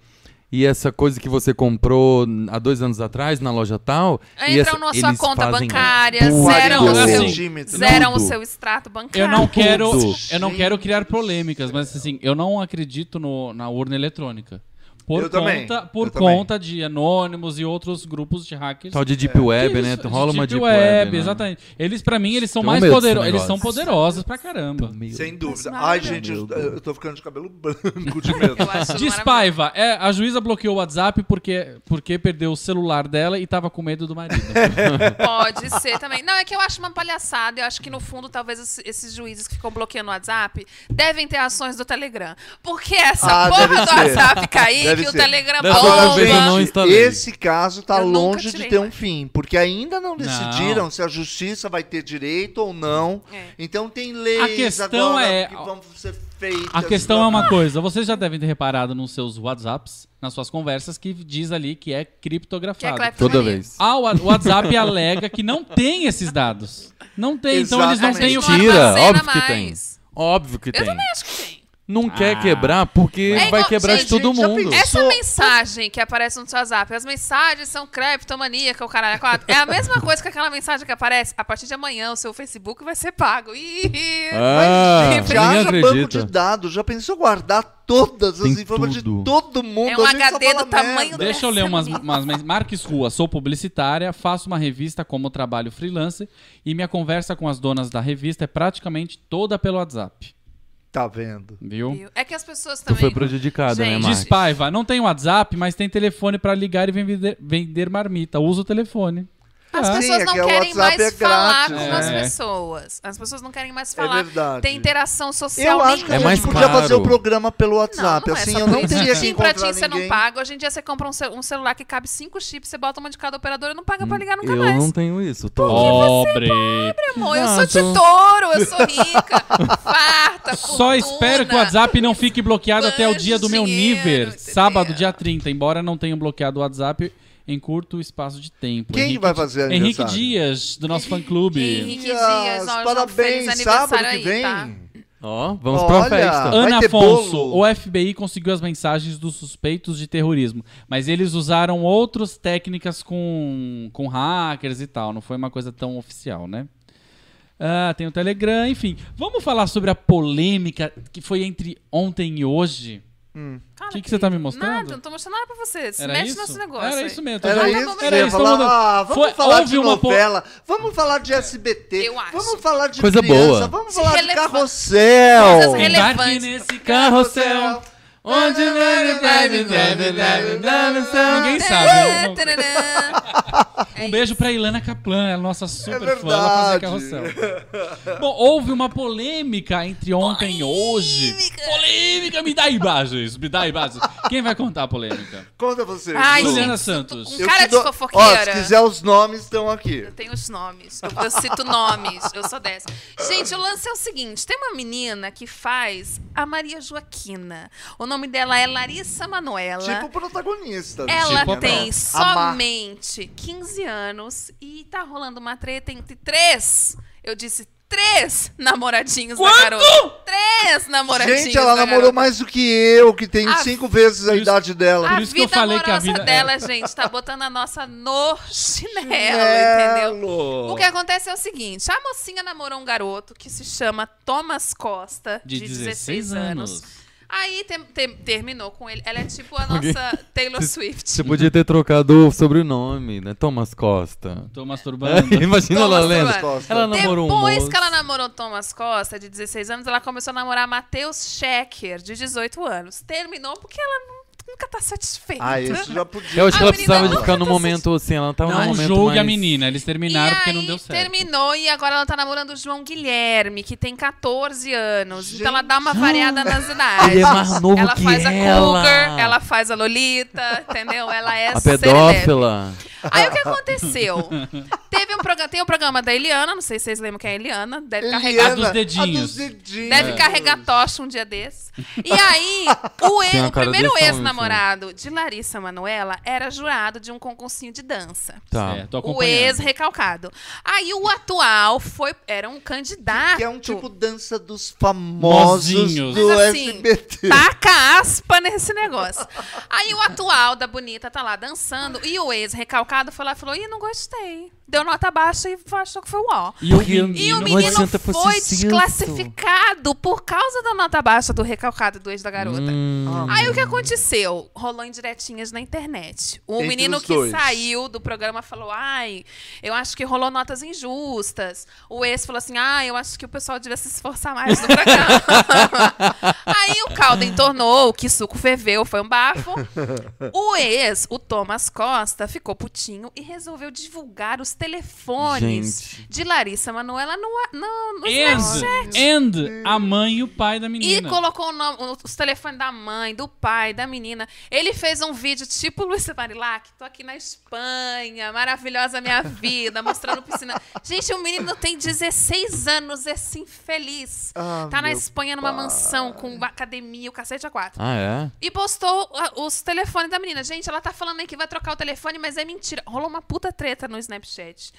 S3: E essa coisa que você comprou há dois anos atrás na loja tal? e essa,
S6: Entram na sua
S3: eles
S6: conta
S3: fazem
S6: bancária,
S3: tudo.
S6: zeram o
S4: Tudo.
S6: seu,
S5: Centímetro.
S6: zeram o
S3: Tudo.
S6: seu extrato bancário.
S4: Eu não quero,
S3: Tudo.
S4: eu não quero criar polêmicas, mas assim, eu não acredito no- na urna eletrônica. Por
S5: Eu também,
S4: conta, por
S5: eu também.
S4: conta de anônimos e outros grupos de hackers.
S3: Tal de Deep Web, né?
S4: Eles-
S3: Rola
S4: de
S3: uma
S4: Deep
S3: Deep Web. né?
S4: exatamente. Eles pra mim eles são
S3: Tenho
S4: mais
S3: medo desse
S4: poderosos, eles são
S3: negócio.
S4: poderosos pra caramba.
S3: Meu
S5: Sem dúvida.
S6: Mas
S5: Ai,
S6: maravilha.
S5: gente,
S3: Meu
S5: eu,
S3: Deus.
S5: eu tô ficando de cabelo branco de medo.
S6: Eu acho
S4: Diz
S6: maravilhoso.
S4: Paiva, é, a juíza bloqueou o WhatsApp porque, porque perdeu o celular dela e tava com medo do marido.
S5: É,
S6: Pode ser também. Não, é que eu acho uma palhaçada. Eu acho que, no fundo, talvez es- esses juízes que ficam bloqueando o WhatsApp devem ter ações do Telegram. Porque essa
S5: Ah,
S6: porra
S5: deve
S6: do
S5: ser.
S6: WhatsApp cair,
S5: Deve
S6: que o
S5: ser.
S6: Telegram
S3: Dessa vez eu
S6: bomba.
S3: não instalei.
S5: Esse caso tá
S6: Eu nunca
S5: longe de
S6: tirei
S5: ter um
S6: mais.
S5: fim, porque ainda não decidiram se a justiça vai ter direito ou não.
S6: É.
S5: Então tem leis
S4: A questão
S5: agora
S4: é-
S5: que vão ser feitas.
S4: A questão é uma coisa, vocês já devem ter reparado nos seus WhatsApps, nas suas conversas, que diz ali que é
S6: Que é
S4: criptografado.
S6: cleptomania.
S3: Toda vez.
S4: Ah, o wa- o WhatsApp alega que não tem esses dados. Não tem, então eles não
S5: Exatamente.
S4: têm o.
S6: Não
S3: Mentira,
S6: armazena
S3: óbvio que tem.
S6: mais.
S3: Óbvio que
S6: Eu
S3: tem.
S6: também acho que tem.
S3: Não quer
S4: Ah.
S3: quebrar porque
S6: É
S3: vai
S6: igual-
S3: quebrar de
S6: gente,
S3: todo
S5: gente, já
S3: mundo.
S5: pensei-
S6: Essa
S5: Sou-
S6: mensagem que aparece no seu WhatsApp, as mensagens são creptomaníacas, o caralho. é quatro. É a mesma coisa que aquela mensagem que aparece. A partir de amanhã, o seu Facebook vai ser pago. Ih,
S3: Ah,
S5: Mas, gente,
S3: ninguém
S5: haja banco
S3: acredita.
S5: de dados. Já pensou guardar todas as
S3: Tem
S5: informações
S3: tudo.
S5: de todo mundo?
S6: É um
S5: a gente só
S6: HD
S5: fala
S6: do tamanho
S5: merda.
S4: Deixa eu ler umas, umas mens- Marques Rua, sou publicitária, faço uma revista como trabalho freelance e minha conversa com as donas da revista é praticamente toda pelo WhatsApp,
S5: Tá vendo?
S4: viu?
S6: viu? É que as pessoas
S3: Tu
S6: também.
S3: foi prejudicada, né,
S6: Gente,
S3: Marcos?
S4: Diz Paiva, não tem WhatsApp, mas tem telefone pra ligar e vender, vender marmita. Usa o telefone.
S6: As
S5: Ah,
S6: pessoas
S5: sim, é
S6: não
S5: que o
S6: querem
S5: WhatsApp
S6: mais
S5: é
S6: falar
S5: grátis,
S6: com
S4: né?
S6: as
S4: É.
S6: pessoas. As pessoas não querem mais
S5: É
S6: falar.
S5: verdade.
S6: Tem interação social
S5: eu acho que
S6: nenhuma.
S5: a
S3: É mais
S5: gente podia
S3: caro.
S5: fazer o programa pelo
S6: Não,
S5: WhatsApp.
S6: não é
S5: assim,
S6: só
S5: eu
S6: por
S5: não
S6: isso.
S5: teria que
S6: Tim pra
S5: encontrar
S6: Tim você não
S5: ninguém.
S6: paga. Hoje em dia você compra um, cel- um celular que cabe cinco chips, você bota uma de cada operadora e não paga pra ligar nunca
S3: eu
S6: mais.
S3: não tenho isso. Tô...
S4: Pobre.
S6: Amor,
S5: Ah,
S6: eu sou de
S5: então
S3: Exato.
S6: touro, eu sou rica, farta,
S4: Só espero que o WhatsApp não fique bloqueado até o dia do meu
S6: dinheiro,
S4: níver,
S6: entendeu?
S4: sábado, dia 30. Embora não tenham bloqueado o WhatsApp em curto espaço de tempo.
S5: Quem
S4: Henrique-
S5: vai fazer
S4: Henrique
S5: aniversário?
S4: Dias, do nosso fã-clube.
S6: Henrique Dias, ó, João, feliz
S5: parabéns,
S6: aniversário
S5: sábado que
S6: aí,
S5: vem.
S6: tá?
S3: Ó, vamos pra uma
S5: Olha.
S3: festa.
S5: Ah, Vai
S4: Ana
S5: ter
S4: Afonso,
S5: bolo?
S4: o FBI conseguiu as mensagens dos suspeitos de terrorismo, mas eles usaram outras técnicas com, com hackers e tal, não foi uma coisa tão oficial, né? Ah, tem o Telegram, enfim. Vamos falar sobre a polêmica que foi entre ontem e hoje?
S6: Cara,
S4: Que que você tá me
S6: querido,
S4: mostrando?
S6: Nada, não tô mostrando nada pra você. Se
S4: Era
S6: mete
S4: isso?
S6: nosso negócio.
S4: Era
S6: aí.
S4: isso mesmo. tô
S5: Era
S4: dizendo.
S5: isso que
S4: Era
S5: eu ia
S4: isso,
S5: falar.
S4: todo mundo-
S5: Ah, vamos
S4: Foi-
S5: falar
S4: houve
S5: de
S4: uma po-
S5: novela, vamos falar de SBT,
S6: Eu acho.
S5: vamos falar de
S3: Coisa
S5: criança,
S3: boa.
S5: vamos falar de
S6: Releva-
S5: carrossel.
S6: Coisas rele-
S4: Embarque
S6: relevante.
S4: nesse carrossel.
S3: Onde
S4: Ninguém sabe. né?
S6: É
S4: Um beijo pra Ilana Kaplan, é a nossa super fã. Ela fazia carrossel.
S5: verdade.
S4: Bom, houve uma polêmica entre ontem e hoje. Polêmica! Me dá imagens, me dá imagens. Quem vai contar a polêmica?
S5: Conta você.
S6: Ai,
S5: Lu.
S4: Juliana
S6: gente,
S4: Santos.
S6: tô com
S5: Eu
S6: cara
S5: te
S6: de
S5: dou-
S6: fofoqueira.
S5: Ó, se quiser os nomes, estão aqui.
S6: Eu tenho os nomes. Eu, eu cito nomes. Eu sou dessa. Gente, o lance é o seguinte: tem uma menina que faz a Maria Joaquina. O nome dela é Larissa Manoela.
S5: Tipo protagonista.
S6: Ela
S5: Tipo,
S6: tem
S5: né? Amar.
S6: somente 15 anos e tá rolando uma treta entre três. Eu disse três namoradinhos da garota. Três namoradinhos.
S5: Gente, ela
S6: da
S5: namorou
S6: garota.
S5: mais do que eu, que tenho
S6: A-
S5: cinco vezes a
S4: Por isso-
S5: idade dela.
S4: Por
S6: A
S4: isso que eu
S6: vida
S4: falei que a
S6: amorosa
S4: vida- é-
S6: dela, gente, tá botando a nossa no chinelo, é entendeu?
S5: Chinelo.
S6: O que acontece é o seguinte: a mocinha namorou um garoto que se chama Thomas Costa,
S4: De 16 anos.
S6: Aí te- te- terminou com ele. Ela é tipo a nossa Taylor Swift.
S3: Você podia ter trocado o sobrenome, né? Thomas Costa.
S4: Tô masturbando.
S3: Imagina ela
S6: Thomas
S3: lendo.
S5: Costa.
S3: Ela namorou um
S6: Depois
S3: moço.
S6: que ela namorou Thomas Costa, de 16 anos, ela começou a namorar Matheus Schecker, de 18 anos. Terminou porque ela nu- nunca tá satisfeita.
S5: Ah, isso já podia.
S3: É,
S4: É
S3: Eu acho que
S6: A
S3: ela
S6: menina
S3: precisava de
S6: nunca
S3: ficar num
S6: tá
S3: momento assim, ela tava num
S4: Não
S3: momento
S4: julgue
S3: mais...
S4: a menina, eles terminaram
S6: e
S4: porque
S6: aí,
S4: não deu certo.
S6: terminou e agora ela tá namorando o João Guilherme, que tem 14 anos. Então ela
S5: Gente.
S6: dá uma variada nas idades.
S3: Ele é mais novo
S6: ela
S3: que
S6: faz a
S3: ela.
S6: Cougar, ela faz a Lolita, entendeu? Ela é
S3: A
S6: serelepe.
S3: pedófila.
S6: Aí o que aconteceu? Teve um programa, tem o programa da Eliana, não sei se vocês lembram quem é a Eliana, deve carregar
S5: Eliana,
S4: dos dedinhos.
S5: a dos dedinhos.
S6: Deve carregar tocha um dia desse. E aí, o, ex-
S3: Tem uma
S6: o
S3: cara
S6: primeiro
S3: desse tamanho, assim.
S6: ex-namorado de Larissa Manoela era jurado de um concursinho de dança.
S3: Tá.
S4: É, tô
S6: O
S4: acompanhando.
S6: ex-recalcado. Aí o atual foi, era um candidato.
S5: Que é um tipo dança dos famosos
S4: Mozinhos.
S5: do
S6: Mas assim,
S5: SBT.
S6: Taca aspa nesse negócio. Aí o atual da bonita tá lá dançando e o ex-recalcado foi lá e falou: Ih, não gostei. Deu nota baixa e achou que foi o ó.
S4: E o
S3: Porque-
S6: E
S4: menino
S6: o
S3: Não
S6: menino
S3: adianta
S6: foi
S3: fazer isso.
S6: desclassificado por causa da nota baixa do recalcado do ex da garota.
S3: Hum,
S5: Uhum.
S6: Aí o que aconteceu? Rolou indiretinhas na internet. O
S5: Entre
S6: menino
S5: os
S6: que
S5: dois.
S6: saiu do programa falou: ai, eu acho que rolou notas injustas. O ex falou assim: ah, eu acho que o pessoal devia se esforçar mais no programa. Aí o caldo entornou, o que suco ferveu, foi um bafo. O ex, o Thomas Costa, ficou putinho e resolveu divulgar os telefones
S3: Gente.
S6: de Larissa Manoela no, no, no Snapchat.
S4: é And, and a mãe e o pai da
S6: E
S4: menina.
S6: colocou o nome- o- os telefones da mãe, do pai, da menina. Ele fez um vídeo tipo Luiz Marilac, tô aqui na Espanha, maravilhosa minha vida, mostrando piscina. Gente, o menino tem 16 anos, é assim, feliz.
S5: Ah,
S6: tá na
S5: meu
S6: Espanha numa
S5: pai.
S6: mansão com uma academia, o cacete a quatro.
S3: Ah, é?
S6: E postou ah, os telefones da menina. Gente, ela tá falando aí que vai trocar o telefone, mas é mentira. Rolou uma puta treta no Snapchat.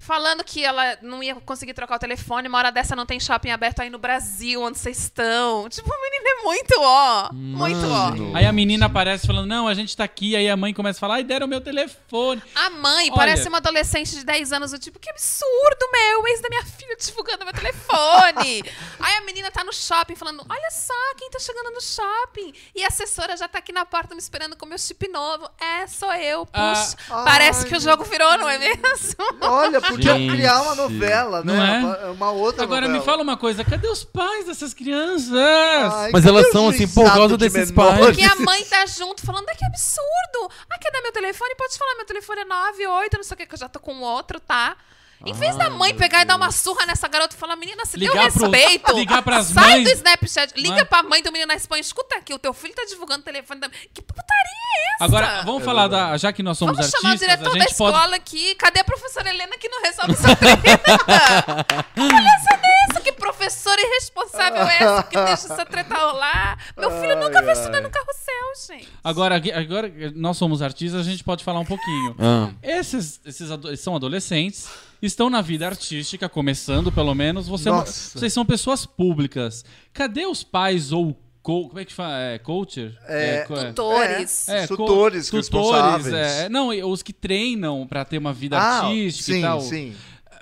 S6: Falando que ela não ia conseguir trocar o telefone, uma hora dessa não tem shopping aberto aí no Brasil, onde vocês estão. Tipo, o menino é muito ó. Muito ó.
S4: Aí a menina aparece falando, não, a gente tá aqui. Aí a mãe começa a falar, ai, deram meu telefone.
S6: A mãe
S4: Olha.
S6: parece uma adolescente de 10 anos, do tipo, que absurdo, meu, o ex da minha filha divulgando meu telefone. aí a menina tá no shopping falando, olha só quem tá chegando no shopping. E a assessora já tá aqui na porta me esperando com meu chip novo. É, sou eu, puxa.
S5: Ah.
S6: parece
S5: Ai,
S6: que o
S5: meu
S6: jogo virou, não é mesmo?
S5: Olha, podiam
S3: Gente.
S5: criar uma novela, né?
S4: Não é?
S5: Uma- Uma outra
S4: Agora
S5: novela.
S4: me fala uma coisa, cadê os pais dessas crianças?
S5: Ai,
S3: Mas
S5: que
S3: elas são assim por
S5: juizado
S3: causa
S5: de
S3: desses
S5: menores.
S3: pais.
S6: Que a mãe tá junto falando, ah, que absurdo. Ah, quer dar meu telefone? Pode falar, meu telefone é 98, não sei o que, que eu já tô com outro, tá? Em vez da mãe pegar e dar uma surra nessa garota e falar, menina, se deu
S4: Ligar pro-
S6: respeito.
S4: ligar pras
S6: sai
S4: mães. né?"
S6: do Snapchat, liga
S4: Mãe.
S6: pra mãe do menino na Espanha, escuta aqui, o teu filho tá divulgando o telefone da. Que putaria é essa?
S4: Agora, vamos falar da. Já que nós somos
S6: Vamos chamar o
S4: artistas,
S6: diretor
S4: a
S6: da
S4: gente pode.
S6: escola aqui. Cadê a professora Helena que não resolve essa treta? Olha é essa dessa, que professora irresponsável é essa que deixa essa treta rolar? Meu filho nunca vai estudar no carrossel, gente.
S4: Agora, agora que nós somos artistas, a gente pode falar um pouquinho.
S3: Ah.
S4: Esses, esses ado- são adolescentes, estão na vida artística, começando pelo menos. Você é uma-
S5: Nossa.
S4: vocês são pessoas públicas. Cadê os pais ou co- como é que fala? É, coacher? É, co- é-
S6: Tutores.
S4: é, co-
S5: tutores, responsáveis.
S4: é. não, e os que treinam pra ter uma vida
S5: Ah,
S4: artística
S5: sim,
S4: e tal.
S5: sim.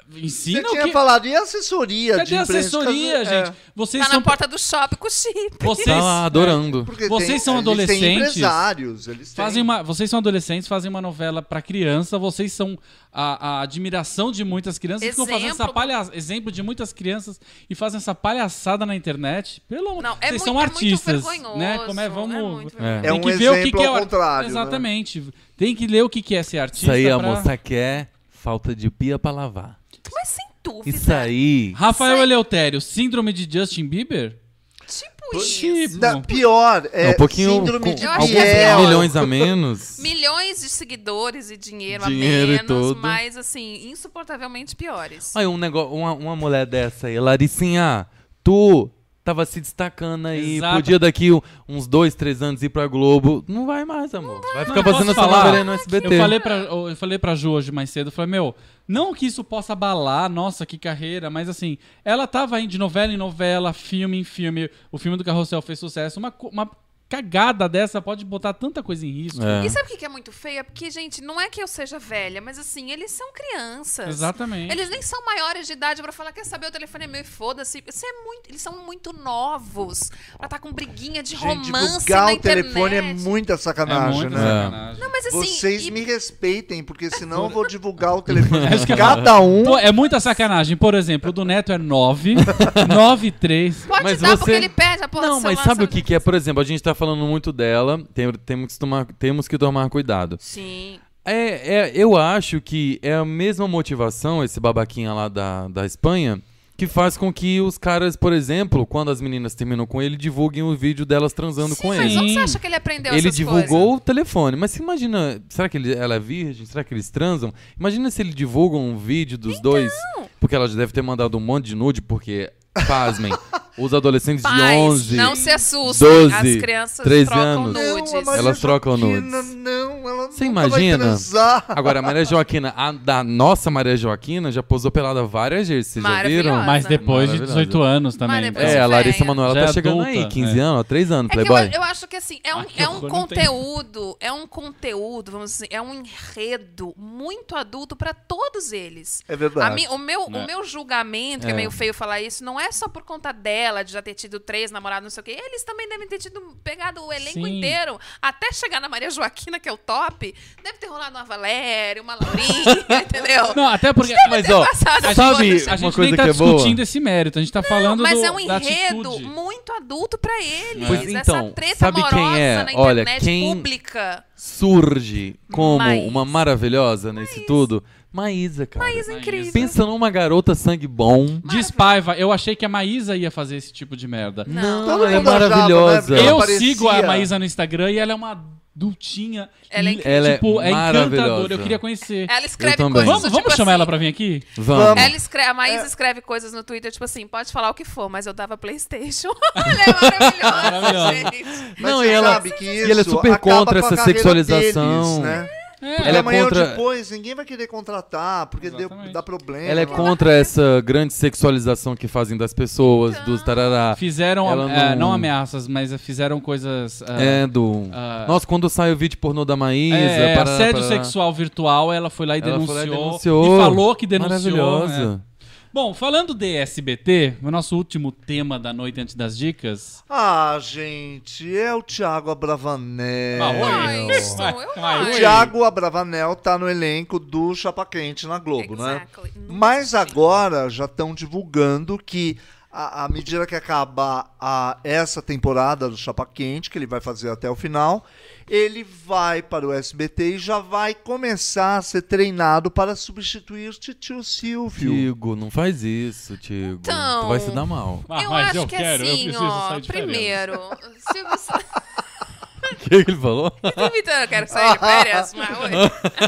S5: Você
S4: Ensina o
S5: tinha
S4: que...
S5: falado, e a assessoria de
S4: Cadê a
S5: imprensa?
S4: assessoria,
S5: É,
S4: gente? Vocês
S6: Tá
S4: são...
S6: na porta do shopping com o chip.
S4: Vocês... É.
S3: Tá lá adorando.
S5: porque
S4: Vocês
S5: tem- é,
S4: são
S5: eles Têm
S4: adolescentes?
S5: empresários, eles têm-
S4: Fazem uma, vocês são adolescentes, fazem uma novela pra criança, vocês são a, a admiração de muitas crianças, e ficam fazendo essa
S6: Exemplo.
S4: palha, exemplo de muitas crianças e fazem essa palhaçada na internet. Pelo amor,
S6: Não, é
S4: vocês
S6: muito-
S4: são
S6: é muito
S4: artistas,
S6: vergonhoso,
S4: né? Como é,
S6: é
S4: vamos
S6: muito
S3: É.
S5: É
S4: Tem
S5: um
S4: que ver
S5: exemplo
S4: o que, que é
S5: ao
S4: o-
S5: contrário. né?
S4: Exatamente. Tem que ler o que que é ser artista.
S3: Isso aí, tá a
S4: pra-
S3: moça quer falta de pia pra lavar.
S4: É.
S6: Mas sem dúvida.
S4: tá
S3: Isso aí.
S4: Rafael
S6: Isso aí-
S4: Eleutério, síndrome de Justin Bieber?
S6: Tipo isso.
S4: Tipo.
S5: Da- pior, é
S3: É, um pouquinho
S5: síndrome
S3: com
S5: de
S6: alguns
S5: Biel.
S3: milhões a menos.
S6: Milhões de seguidores e dinheiro,
S3: Dinheiro e
S6: a menos,
S3: tudo.
S6: mas assim, insuportavelmente piores.
S3: Aí um negócio, uma, uma mulher dessa aí, Laricinha, tu tava se destacando aí,
S4: Exato.
S3: podia daqui um- uns dois, três anos ir pra Globo. Não vai mais, amor. Vai ficar
S4: Não, eu
S3: fazendo
S4: posso
S3: essa
S4: falar?
S3: novela aí no SBT.
S4: Eu falei, pra, eu falei pra Ju hoje mais cedo, eu falei, meu, não que isso possa abalar, nossa, que carreira, mas assim, ela tava indo de novela em novela, filme em filme, o filme do Carrossel fez sucesso, uma, co- uma cagada dessa pode botar tanta coisa em risco.
S3: É.
S6: E sabe o que que é muito feio? É porque, gente, não é que eu seja velha, mas assim, eles são crianças.
S4: Exatamente.
S6: Eles nem são maiores de idade pra falar, quer saber, o telefone é meu e foda-se. Você é muito- eles são muito novos pra estar com briguinha de
S5: Gente,
S6: romance
S5: divulgar
S6: na
S5: o telefone é
S6: internet.
S5: muita
S4: É
S5: sacanagem,
S4: muito
S5: né?
S4: sacanagem.
S6: Não, mas assim,
S5: Vocês
S6: e-
S5: me respeitem, porque senão eu vou divulgar o telefone
S4: Acho que
S5: de
S4: é-
S5: cada um.
S4: Pô, é muita sacanagem. Por exemplo, o do Neto é 9, 9 e 3.
S6: pode
S3: Mas
S6: dar
S3: você-
S6: porque ele perde a porra
S3: Não,
S6: do
S3: mas
S6: celular,
S3: sabe o que, que é? Por exemplo, a gente tá falando muito dela, tem- temos, que tomar, temos que tomar cuidado.
S6: Sim.
S3: É, é, eu acho que é a mesma motivação, esse babaquinha lá da, da Espanha, que faz com que os caras, por exemplo, quando as meninas terminam com ele, divulguem o vídeo delas transando
S6: Sim,
S3: com
S6: mas
S3: ele.
S6: onde você acha que ele aprendeu
S3: Ele
S6: essas
S3: divulgou
S6: coisas?
S3: o telefone, mas se imagina, será que ele- ela é virgem? Será que eles transam? Imagina se ele divulga um vídeo dos
S6: Então!
S3: dois, porque ela já deve ter mandado um monte de nude, porque, pasmem, os adolescentes de
S6: Pais,
S3: 11,
S6: não se assustem.
S3: 12,
S6: As crianças
S3: 13
S6: trocam
S3: anos.
S5: Não, a
S6: nudes.
S5: Maria
S3: Elas trocam
S5: Joaquina,
S3: nudes.
S5: Não, ela
S3: Você
S5: nunca
S3: imagina?
S5: vai transar.
S3: Agora, a Maria Joaquina, a da nossa Maria Joaquina, já posou pelada várias vezes, vocês já viram?
S6: Maravilhosa.
S4: Mas depois de
S3: Maravilhosa.
S4: 18 anos também.
S6: Mas depois-
S3: É, a Larissa
S6: Velha.
S3: Manoela
S4: Já
S3: tá
S4: é
S3: chegando
S4: adulta,
S3: aí, 15
S4: é.
S3: anos, há 3 anos,
S6: Então, É que
S3: Playboy.
S6: eu, eu acho que assim, é um,
S4: Ai,
S6: é um
S4: Ah, agora não tem.
S6: conteúdo, é um conteúdo, vamos dizer, é um enredo muito adulto pra todos eles.
S5: É
S6: A
S5: verdade.
S6: mim- o, meu, o
S4: É.
S6: meu julgamento, que é.
S3: É.
S6: meio feio falar isso, não é só por conta dela, de já ter tido três namorados, não sei o quê. Eles também devem ter tido pegado o elenco
S4: Sim.
S6: inteiro. Até chegar na Maria Joaquina, que é o top, deve ter rolado uma Valéria, uma Laurinha, entendeu?
S4: Não, até porque.
S3: Mas, ó,
S6: passado
S3: sabe
S6: coisas.
S4: A
S3: uma
S4: gente
S3: coisa
S4: nem tá
S3: que é boa?
S4: discutindo esse mérito, a gente tá falando
S6: mas
S4: do,
S6: é um
S4: da
S6: enredo
S4: atitude.
S6: muito adulto pra eles.
S3: Pois então,
S6: Essa treta
S3: sabe quem
S6: amorosa
S3: é?
S6: na
S3: Olha,
S6: internet
S3: quem-
S6: pública.
S3: Surge como
S6: Maísa.
S3: uma maravilhosa nesse tudo. Maísa, cara.
S6: Mas incrível.
S3: Pensa numa garota sangue bom.
S4: Diz Paiva, eu achei que a Maísa ia fazer esse tipo de merda.
S3: Não,
S5: Todo
S3: ela é
S5: mundo achava,
S3: maravilhosa.
S5: né? Ela
S4: Eu
S5: parecia-
S4: sigo a Maísa no Instagram e ela é uma adultinha.
S6: Ela é
S4: E,
S3: incrível.
S4: tipo,
S3: Ela é
S4: é encantadora.
S3: maravilhosa.
S4: Eu queria conhecer.
S6: Ela escreve
S3: também.
S6: coisas
S4: Vamos,
S6: tipo
S4: vamos chamar
S6: assim,
S4: ela pra vir aqui?
S3: Vamos.
S6: Ela escreve, a Maísa
S5: É.
S6: escreve coisas no Twitter, tipo assim, pode falar o que for, mas eu dava Playstation. Olha, é maravilhosa,
S4: Maravilhosa.
S6: gente.
S5: Mas
S3: Não,
S5: você
S3: e ela-
S5: sabe que
S3: e
S5: isso
S3: ela é super
S5: acaba
S3: contra
S5: com a
S3: essa
S5: carreira
S3: sexualização.
S5: deles, né?
S4: É.
S5: Porque
S3: Ela é
S5: amanhã
S3: contra-
S5: ou depois ninguém vai querer contratar, porque deu,
S4: Exatamente.
S5: dá problema.
S3: Ela é contra essa grande sexualização que fazem das pessoas,
S6: Então.
S3: dos tarará.
S4: Fizeram,
S3: Ah, Ela
S4: é, não...
S3: não
S4: ameaças, mas fizeram coisas. é,
S3: É, do.
S4: ah.
S3: Nossa, quando sai o vídeo pornô da Maísa.
S4: é,
S3: parará,
S4: assédio
S3: parará.
S4: sexual virtual, ela foi lá e
S3: Ela
S4: denunciou.
S3: foi lá e
S4: E falou que denunciou. né?
S3: Maravilhosa.
S4: Bom, falando de SBT, o nosso último tema da noite antes das dicas.
S5: Ah, gente, é o Thiago Abravanel.
S4: Ah, oi.
S6: Ai, estou, eu
S4: Ai,
S5: O
S6: acho.
S4: oi.
S5: Thiago Abravanel tá no elenco do Chapa Quente na Globo,
S6: É,
S5: né?
S6: Exactly.
S5: Mas agora já estão divulgando que a- à medida que acabar a- essa temporada do Chapa Quente, que ele vai fazer até o final, ele vai para o SBT e já vai começar a ser treinado para substituir Titio Silvio.
S3: Tigo, não faz isso, Tigo.
S6: Então.
S3: Tu vai se dar mal.
S4: Ah,
S6: Eu acho que é assim, ó. Primeiro, se você.
S3: O que ele falou?
S6: Tô imitando, eu quero sair de férias, mas oi.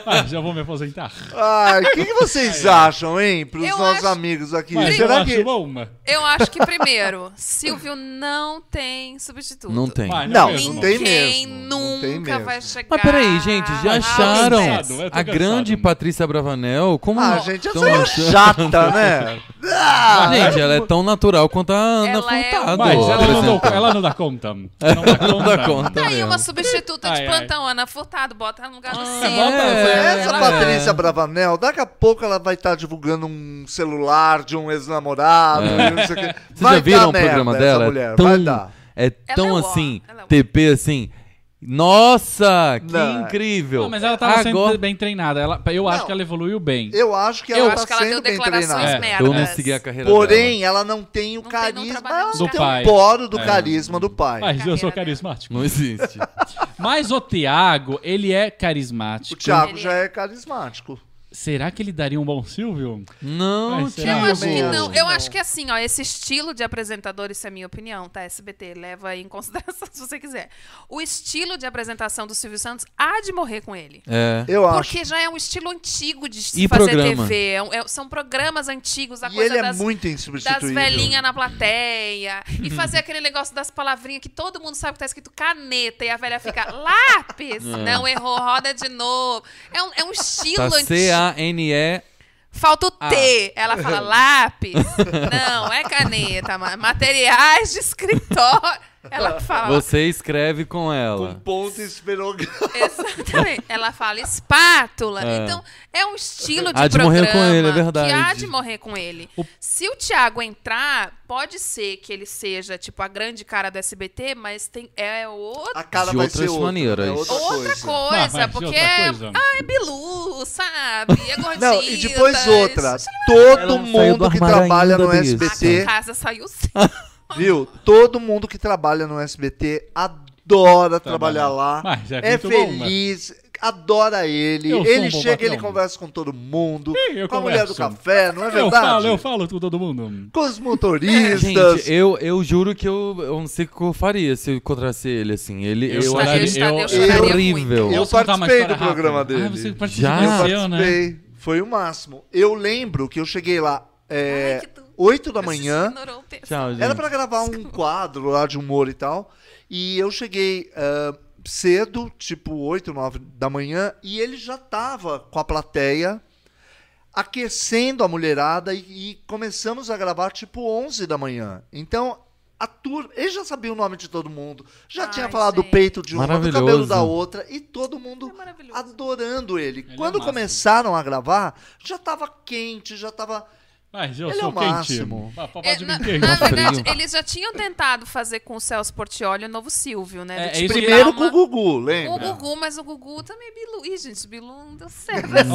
S4: Ah, já vou me aposentar.
S5: Ai, o que, que vocês acham, hein, para os
S6: Eu
S5: nossos
S6: acho-
S5: amigos aqui?
S4: Mas
S5: Será
S4: eu
S5: que
S4: acho uma.
S6: Eu acho que primeiro, Silvio não tem substituto.
S3: Não tem.
S4: Vai,
S5: Não,
S4: mesmo.
S5: não tem
S6: Ninguém
S5: mesmo, não
S6: Nunca
S5: tem mesmo.
S6: vai chegar.
S3: Mas
S4: Ah,
S3: peraí, gente,
S4: tá
S3: já
S6: ao
S3: acharam
S6: sucesso.
S4: né? cansado, né? eu tô
S3: a grande
S4: cansado.
S3: Patrícia Bravanel? Como
S5: Ah,
S3: não-
S5: gente,
S3: tão
S5: essa aí é
S3: achando?
S5: chata, né? Ah,
S3: Gente, ela é tão natural quanto a Ana
S6: Ela é
S3: Furtado.
S6: uma-
S4: Mas ela não,
S3: apresentando.
S4: ela não dá conta. Não dá conta.
S3: Não dá conta
S6: Tá aí
S3: mesmo.
S6: uma substituta
S4: Ai,
S6: de
S4: ai.
S6: plantão, Ana Furtado, bota ela no lugar do
S4: bota
S6: Ciro.
S4: ela. É,
S5: Ah, Essa
S4: é.
S5: Patrícia Bravanel, daqui a pouco ela vai estar divulgando um celular de um ex-namorado. e não sei o quê.
S3: É. Vocês
S5: Vai
S3: já viram
S5: dar
S3: o programa
S5: merda
S3: dela?
S5: Essa
S3: é
S5: mulher,
S3: tão,
S5: vai dar.
S3: É tão
S6: é o ó,
S3: assim,
S6: ela é o ó.
S3: TP assim. Nossa, que
S5: Não.
S3: incrível.
S4: Não, mas ela tava
S3: Agora,
S4: sendo bem treinada. Ela, eu acho
S5: Não.
S4: que ela evoluiu bem.
S5: Eu acho que
S6: Eu
S5: ela
S6: acho
S5: está
S6: que ela
S5: sendo
S6: deu
S5: bem
S6: declarações
S5: treinada.
S4: É,
S6: merdas.
S3: Eu não segui a carreira
S5: Porém, ela não tem o
S6: Não tem, não
S5: carisma,
S6: trabalha
S5: ela
S6: no
S5: não
S4: Do
S5: tem o
S4: pai.
S5: poro do
S4: É.
S5: carisma do pai.
S4: Mas eu
S6: Carreira
S4: sou
S6: dela.
S4: carismático.
S3: Não existe.
S4: Mas o Thiago, ele é
S5: O
S4: carismático.
S5: Thiago
S6: Ele
S5: já é carismático.
S4: Será que ele daria um bom Silvio?
S3: Não,
S4: Mas
S6: Eu
S4: Ah,
S6: acho que
S5: bom.
S6: não. Eu acho que assim, ó, esse estilo de apresentador, isso é minha opinião, tá? SBT, leva aí em consideração se você quiser. O estilo de apresentação do Silvio Santos há de morrer com ele.
S3: É.
S5: Eu acho.
S6: Porque já é um estilo antigo de se
S3: E
S6: fazer
S3: programa.
S6: TV. É um- é- são programas antigos, a
S5: E
S6: coisa
S5: ele é
S6: das,
S5: muito
S6: das
S5: insubstituível.
S6: velhinhas na plateia. e fazer aquele negócio das palavrinhas que todo mundo sabe que tá escrito caneta e a velha fica lápis. Não errou, roda de novo. É um, é um estilo
S3: É. Tá Ah.
S6: antigo.
S3: C-A-N-E.
S6: Falta o T. Ela fala lápis. Não, é caneta. ma- Materiais de escritório. Ela fala.
S3: Você escreve com
S5: Com
S3: ela.
S5: Um ponto esferográfico.
S6: Exatamente. Ela fala espátula.
S3: É.
S6: Então, é um estilo de
S3: Há de
S6: programa
S3: morrer com ele, é verdade.
S6: que há de morrer com ele. Se o Thiago entrar, pode ser que ele seja, tipo, a grande cara do SBT, mas tem, é outra,
S5: A cara
S3: De
S5: vai
S3: outras
S5: ser outra.
S3: maneiras.
S5: É outra,
S6: outra coisa.
S4: Ah, mas
S6: porque
S4: outra coisa?
S6: É, ah, é bilu, sabe? É tá? gordita.
S5: Não, e depois
S6: isso-
S5: outra.
S3: Ela
S5: Todo
S3: não saiu do
S5: mundo que
S3: armário
S5: trabalha
S3: ainda,
S5: no
S3: Bicho.
S5: SBT,
S6: A casa saiu sim.
S5: viu? Todo mundo que trabalha no SBT adora trabalhar
S6: Ah!
S5: lá.
S4: Mas é
S5: é
S4: muito bom, né?
S5: feliz, adora ele.
S4: Eu sou
S5: ele
S4: um bom
S5: chega, ele
S4: patrão.
S5: conversa com todo mundo.
S4: eu
S5: com a mulher do
S4: converso.
S5: café, não é
S4: Eu
S5: verdade?
S4: falo, É, eu falo com todo mundo.
S5: Com os motoristas.
S3: É, Gente, eu, eu juro que eu, eu não sei o que eu faria se eu encontrasse ele, assim. Ele, eu,
S4: Eu
S3: acho
S4: estaria-
S3: ele
S6: tá
S4: eu- eu
S6: estaria
S3: é horrível.
S5: Eu
S4: Posso contar uma
S5: participei
S4: história
S5: do programa
S4: rápida?
S5: dele.
S4: Ah, você
S3: Já?
S5: Eu
S4: participou, né?
S5: participei. Foi o máximo. Eu lembro que eu cheguei lá
S6: Ai,
S5: é,
S6: que duro.
S5: 8 da manhã.
S6: Ignorou o texto.
S3: Tchau, gente.
S5: Era pra gravar um quadro lá de humor e tal. E eu cheguei ah, cedo, tipo 8, 9 da manhã, e ele já tava com a plateia aquecendo a mulherada e, e começamos a gravar tipo 11 da manhã. Então, a turma, ele já sabia o nome de todo mundo, já
S6: Ai,
S5: tinha falado do
S6: gente.
S5: peito de uma, do cabelo
S3: Maravilhoso.
S5: da outra e todo mundo
S6: É maravilhoso.
S5: adorando ele.
S4: é
S5: Quando
S4: o máximo.
S5: começaram a gravar, já tava quente, já tava
S4: Mas eu
S5: Ele é
S4: sou
S5: o máximo.
S4: quentinho. Pa- pa-
S6: É,
S4: pode me
S6: na,
S4: queimar.
S6: na verdade,
S3: Frio.
S6: eles já tinham tentado fazer com o Celso Portioli o novo Silvio, né?
S4: É,
S6: Do
S4: é isso que-
S5: primeiro com
S6: dar
S5: o Gugu, né? lembra?
S6: uma- o Gugu, mas o Gugu também é Bilu. Ih, gente, Bilu não deu certo.
S4: Ó,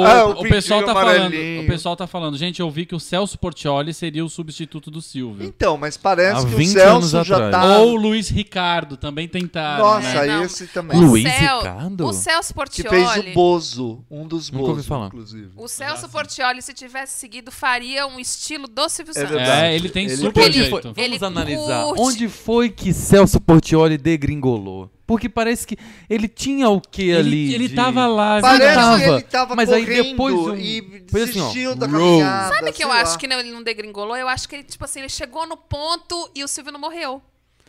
S4: o,
S5: Ah, o
S4: o pessoal
S5: pintinho
S4: tá falando,
S5: amarelinho.
S4: o pessoal tá falando, gente, eu vi que o Celso Portioli seria o substituto do Silvio.
S5: Então, mas parece
S3: Há
S5: que o
S3: 20
S5: Celso
S3: anos
S5: já
S3: atrás.
S5: tá.
S4: Ou o Luiz Ricardo também tentaram,
S5: Nossa,
S4: né?
S6: né?
S5: esse também.
S6: O
S3: Luiz
S6: Cel-
S3: Ricardo?
S6: O Celso
S5: Que
S6: Portioli.
S5: fez o Bozo, um dos
S3: Nunca ouvi
S5: Bozos,
S3: falar.
S5: inclusive.
S6: o Celso Portioli, se tivesse seguido, faria um estilo do Silvio Santos.
S5: verdade.
S4: É, ele tem
S5: Ele-
S4: super
S6: Porque ele-
S4: jeito.
S3: Vamos
S6: ele
S3: analisar.
S6: curte.
S3: Onde foi que Celso Portioli degringolou? Porque parece que ele tinha o que ali.
S4: Ele, ele
S3: de-
S4: tava lá,
S5: Parece
S4: tava.
S5: que ele tava
S3: mas aí
S5: correndo
S3: depois um-
S5: e
S3: foi assim, ó,
S5: desistiu da
S3: Rose.
S5: caminhada.
S6: Sabe que
S5: sei
S6: eu
S5: lá.
S6: acho que não- ele não degringolou? Eu acho que ele, tipo assim, ele chegou no ponto e o Silvio não morreu.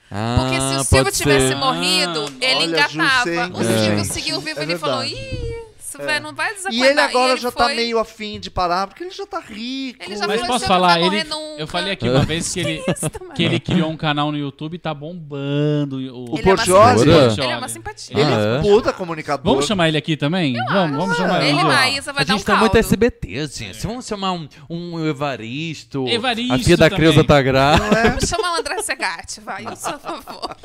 S3: Ah,
S6: Porque se o Silvio
S3: pode ser.
S6: tivesse morrido,
S4: Ah,
S6: ele
S5: olha,
S6: engatava.
S5: Ju,
S6: o
S5: sem
S6: Silvio
S5: gente.
S6: seguiu vivo
S5: É
S6: e ele falou:
S5: verdade. É.
S6: Ih, isso vai- não vai
S5: E
S6: desapontar.
S5: ele agora já
S6: foi...
S5: tá meio afim de parar, porque ele já tá rico.
S6: Ele já
S4: Mas
S6: Mas
S4: posso
S6: você não
S4: falar,
S6: vai
S4: ele,
S6: morrer nunca.
S4: eu falei aqui uma vez que ele, que ele criou um canal no YouTube e tá bombando. O,
S5: Ele é uma Portiolli?
S6: simpatia. Ele
S4: Portiolli.
S6: é uma simpatia.
S5: Ele é
S3: Ah, é?
S5: puta comunicador.
S4: Vamos chamar ele aqui também? Vamos, vamos chamar ele.
S5: é
S6: Ele e
S4: Ah. ó.
S6: Maísa vai
S3: A
S6: dar um
S3: gente tá
S6: caldo. É.
S3: muito SBT, gente. Vamos chamar um, um Evaristo.
S4: Evaristo
S3: A filha da
S4: também.
S3: Creuza tá Tagrá.
S6: Vamos chamar o André Segatti, vai, eu sou a favor.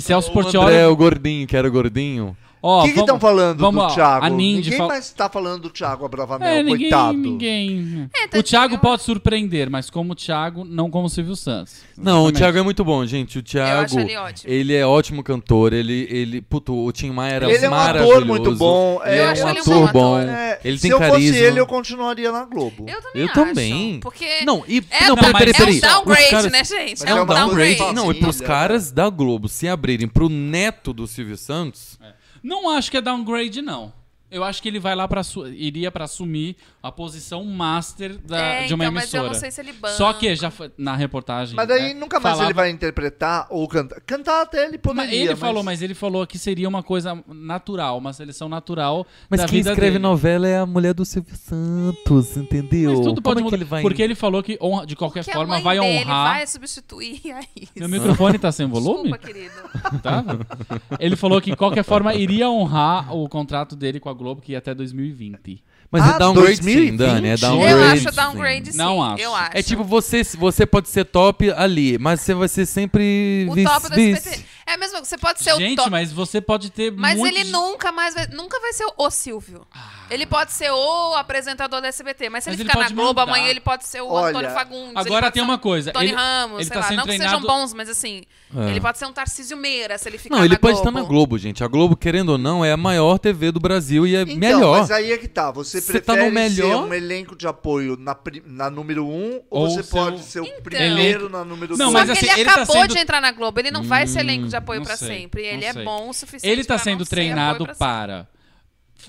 S4: Celso
S3: O André,
S4: Portiolli.
S3: o gordinho, que era o gordinho.
S4: ó,
S5: O que que
S4: vamos-
S5: estão falando
S4: vamos, ó,
S5: do Thiago?
S4: A Nindy
S5: ninguém
S4: fala-
S5: mais tá falando do Thiago Abravanel,
S4: É, ninguém,
S5: coitado.
S4: ninguém.
S6: É, tá
S4: o Thiago
S6: entendendo?
S4: pode surpreender, mas como o Thiago, não como o Silvio Santos.
S3: Não, o
S4: Exatamente.
S3: Thiago é muito bom, gente. O Thiago,
S6: Eu acho ele ótimo.
S3: é ótimo cantor. Ele, ele, puto, o Tim Maia era
S5: Ele é um ator
S3: maravilhoso.
S5: muito bom,
S3: Ele
S5: é,
S3: é
S5: eu
S3: um
S5: acho ele um
S3: ator
S6: bom
S3: bom.
S6: ator.
S5: É,
S3: Ele
S5: se
S3: tem
S5: eu
S3: carisma.
S5: fosse ele, eu continuaria na Globo.
S6: Eu também
S3: Eu
S6: acho,
S3: também.
S6: Porque
S3: Não, e
S6: é,
S3: não,
S6: não,
S3: peraí,
S4: mas
S3: peraí,
S6: é
S3: peraí.
S6: um downgrade, é
S3: Os caras-
S6: né, gente?
S5: Mas é um downgrade.
S3: Não, e pros
S5: Sim,
S3: caras
S6: um
S3: da
S6: É.
S3: Globo se abrirem pro neto do Silvio Santos,
S4: Não acho que é downgrade, não. Eu acho que ele vai lá para iria pra assumir a posição master da,
S6: É,
S4: de uma
S6: então, mas eu
S4: emissora.
S6: não sei se ele banca.
S4: Só que já foi- na reportagem.
S5: Mas daí
S4: né,
S5: nunca mais
S4: falava-
S5: ele vai interpretar ou cantar. Cantar até ele poderia.
S4: Mas ele falou, mas ele falou que seria uma coisa natural, uma seleção natural
S3: Mas
S4: da
S3: quem
S4: vida
S3: escreve
S4: dele.
S3: novela é a mulher do Silvio Santos, entendeu?
S4: Mas
S3: Como
S4: tudo pode
S3: é que
S4: mudar,
S3: ele vai...
S4: porque ele falou que honra- de qualquer
S6: Que a
S4: forma
S6: mãe
S4: vai
S6: dele
S4: honrar.
S6: vai substituir a Iris.
S4: Meu microfone tá sem volume?
S6: Desculpa, querido.
S4: Tá? Ele falou que de qualquer forma iria honrar o contrato dele com a Globo que ia até 2020.
S3: Mas
S5: Ah,
S3: é downgrade sim,
S5: 2020.
S3: Dani, é
S5: Eu
S3: downgrade
S6: Eu acho
S3: sim.
S6: downgrade sim.
S4: Não acho.
S6: Eu acho.
S3: É tipo, você, você pode ser top ali, mas você vai ser sempre
S6: o
S3: vice-
S6: top do
S3: vice.
S6: SBT. É a mesma coisa. Você pode ser
S4: Gente,
S6: o top. Mas,
S4: mas você pode ter muito
S6: ele
S4: de-
S6: nunca mais vai, nunca vai ser o Silvio. Ele pode ser o apresentador do SBT, mas se
S4: Mas
S6: ele
S4: ele
S6: ficar na
S4: pode
S6: Globo
S4: mudar.
S6: amanhã, ele pode ser o
S5: Olha,
S6: Antônio Fagundes. ele
S4: Agora
S6: pode
S4: tem
S6: ser
S4: uma coisa.
S6: Tony
S4: ele,
S6: Ramos,
S4: ele
S6: sei
S4: tá
S6: lá.
S4: sendo
S6: Não
S4: treinado.
S6: que sejam bons, mas assim,
S3: É.
S6: ele pode ser um Tarcísio Meira se ele ficar
S3: Não, ele
S6: na
S3: pode
S6: Globo.
S3: estar na Globo, gente. A Globo, querendo ou não, é a maior TV do Brasil e é
S5: Então,
S3: melhor.
S5: mas aí é que tá. Você
S3: Você
S5: prefere
S3: tá no
S5: ser
S3: melhor?
S5: um elenco de apoio na, pri- na número um ou,
S4: Ou
S5: você
S4: ser
S5: pode
S4: o-
S5: ser o
S6: Então.
S5: primeiro na número dois?
S4: Não,
S6: Só
S4: mas
S6: que
S4: assim,
S6: ele,
S4: ele tá
S6: acabou
S4: sendo- Hum,
S6: de entrar na Globo, ele não vai ser elenco de apoio
S4: não
S6: pra
S4: sei,
S6: sempre.
S4: não
S6: Ele é
S4: sei.
S6: bom o suficiente.
S4: Ele tá
S6: pra não
S4: sendo
S6: ser
S4: treinado
S6: apoio pra sempre.
S4: para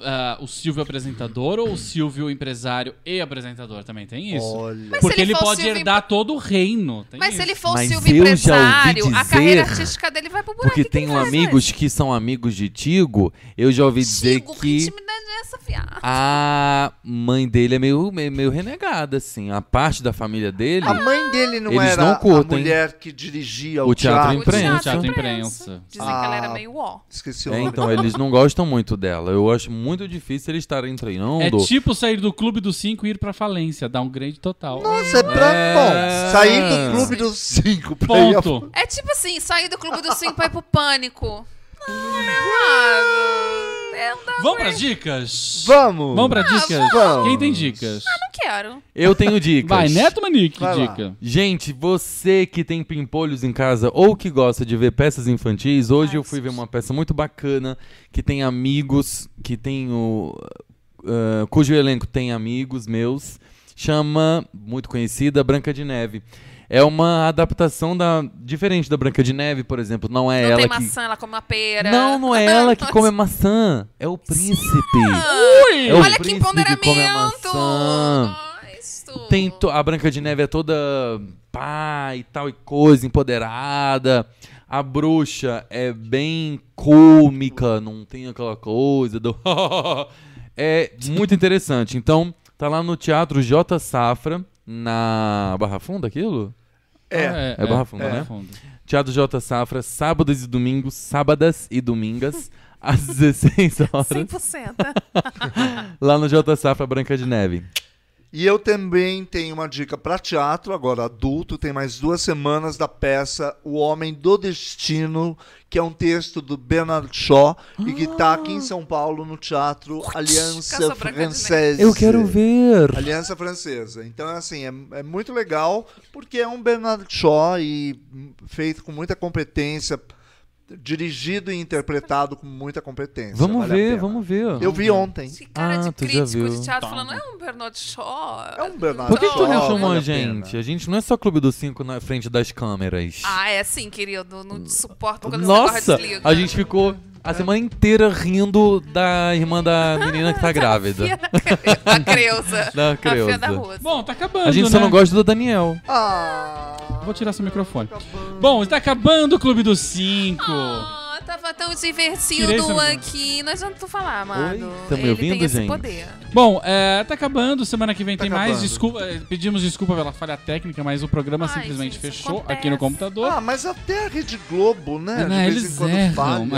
S4: ah, o Silvio apresentador ou o Silvio empresário e apresentador também tem assim, isso?
S5: Olha.
S6: Mas se
S4: Porque
S6: ele
S4: ele,
S6: for o
S4: pode
S6: Silvio
S4: herdar todo o reino. tem
S6: Mas se
S4: isso.
S6: ele for o
S3: Mas
S6: Silvio
S3: eu já ouvi
S6: empresário, a carreira
S3: dizer-
S6: artística dele vai pro buraco.
S3: Porque
S6: O que que
S3: tem
S6: ele faz,
S3: amigos que são amigos de Tigo, eu já ouvi
S6: velho?
S3: dizer
S6: Chico, que
S3: que
S6: intimidade é essa, fiada?
S3: a mãe dele é meio, meio, meio renegada, assim. A parte da família dele.
S5: A mãe dele não
S3: Eles
S5: era
S3: não
S5: a
S3: curtem.
S5: mulher que dirigia o,
S3: O teatro
S5: teatro.
S3: em imprensa.
S4: Teatro
S6: imprensa.
S4: imprensa.
S6: Dizem que ela era
S5: Ah.
S6: meio ó.
S5: Esqueci o
S3: É,
S5: nome.
S3: então, eles não gostam muito dela. Eu acho muito difícil eles estarem treinando.
S4: É tipo sair do clube dos cinco e ir pra falência, dar um grande total.
S5: Nossa, é pra...
S3: É.
S5: Bom, sair do clube dos cinco pra ir a-
S4: Ponto.
S6: É tipo assim, sair do Clube dos Cinco pra ir pro Pânico.
S5: Ah.
S6: Não, né, mano? Eu não,
S4: Vamos pras dicas?
S5: Vamos!
S4: Vamos pra dicas?
S5: vamos.
S4: Quem tem dicas?
S6: não quero.
S3: Eu tenho dicas.
S4: Vai, né, Neto Manique,
S5: Vai lá.
S4: dica.
S3: Gente, você que tem pimpolhos em casa ou que gosta de ver peças infantis, hoje eu fui ver uma peça muito bacana que tem amigos, que tem o. ah, cujo elenco tem amigos meus, chama, muito conhecida, Branca de Neve. É uma adaptação da. Diferente da Branca de Neve, por exemplo. Não é
S6: Não
S3: ela
S6: tem
S3: que.
S6: maçã, ela come uma pera.
S3: Não, não é ela que
S6: Nossa.
S3: come a maçã. É o príncipe.
S6: Ui,
S3: É o
S6: Olha que
S3: príncipe que
S6: empoderamento!
S3: come a maçã.
S6: Isso.
S3: Tem to- a Branca de Neve é toda pá e tal e coisa, empoderada. A bruxa é bem cômica, não tem aquela coisa do. é muito interessante. Então, tá lá no Teatro J. Safra, na Barra Funda, aquilo?
S5: É.
S3: É Barra Funda, né? Teatro J. Safra, sábados e domingos, sábadas e domingas, às 16 horas,
S6: 100%.
S3: lá no J. Safra Branca de Neve.
S5: E eu também tenho uma dica pra teatro, agora adulto, tem mais duas semanas da peça O Homem do Destino, que é um texto do Bernard Shaw e que tá aqui em São Paulo no Teatro Aliança
S6: Casa Branca de Neve.
S5: Francesa.
S3: Eu quero ver!
S5: Aliança Francesa. Então, assim, é, é muito legal, porque é um Bernard Shaw e hum, feito com muita competência, dirigido e interpretado com muita competência.
S3: Vamos
S5: Vale a
S3: ver,
S5: pena.
S3: vamos ver.
S5: Eu vi ontem.
S6: Esse cara
S3: Ah,
S6: de
S3: tu já
S6: crítico de
S3: viu. Tá.
S6: teatro falando, é um Bernard Shaw.
S5: É um Bernard
S3: Por que, que tu
S5: Olha,
S3: não chamou
S5: vale
S3: a
S5: a pena.
S3: gente? A gente não é só Clube dos Cinco na frente das câmeras.
S6: Ah, é assim, querido. Não te suporto quando você
S3: Nossa,
S6: corre desliga.
S3: a gente é ficou a semana inteira rindo da irmã da menina que tá grávida.
S6: A Creuza.
S3: Da
S6: A filha
S3: Creuza.
S6: da Rose.
S4: Bom, tá acabando,
S3: A gente só
S4: né?
S3: não gosta do Daniel.
S5: Ah,
S4: Vou tirar seu microfone. Bom, está acabando o Clube dos Cinco.
S6: Ah, tava tão
S4: Tirei
S6: divertido
S4: seu
S6: aqui. Não adianta tu falar, amado.
S3: Oi? Tá me
S6: Ele tem
S3: ouvindo,
S6: esse
S3: gente?
S6: poder.
S4: Bom, é, tá acabando. Semana que vem tem mais.
S5: acabando.
S4: Desculpa, eh, pedimos desculpa pela falha técnica, mas o programa
S6: Ai,
S4: simplesmente
S6: gente, isso
S4: fechou
S6: acontece.
S4: aqui no computador.
S5: ah, mas até a Rede Globo, né?
S4: Não,
S5: De vez em
S4: eles
S5: quando falha.
S4: erram.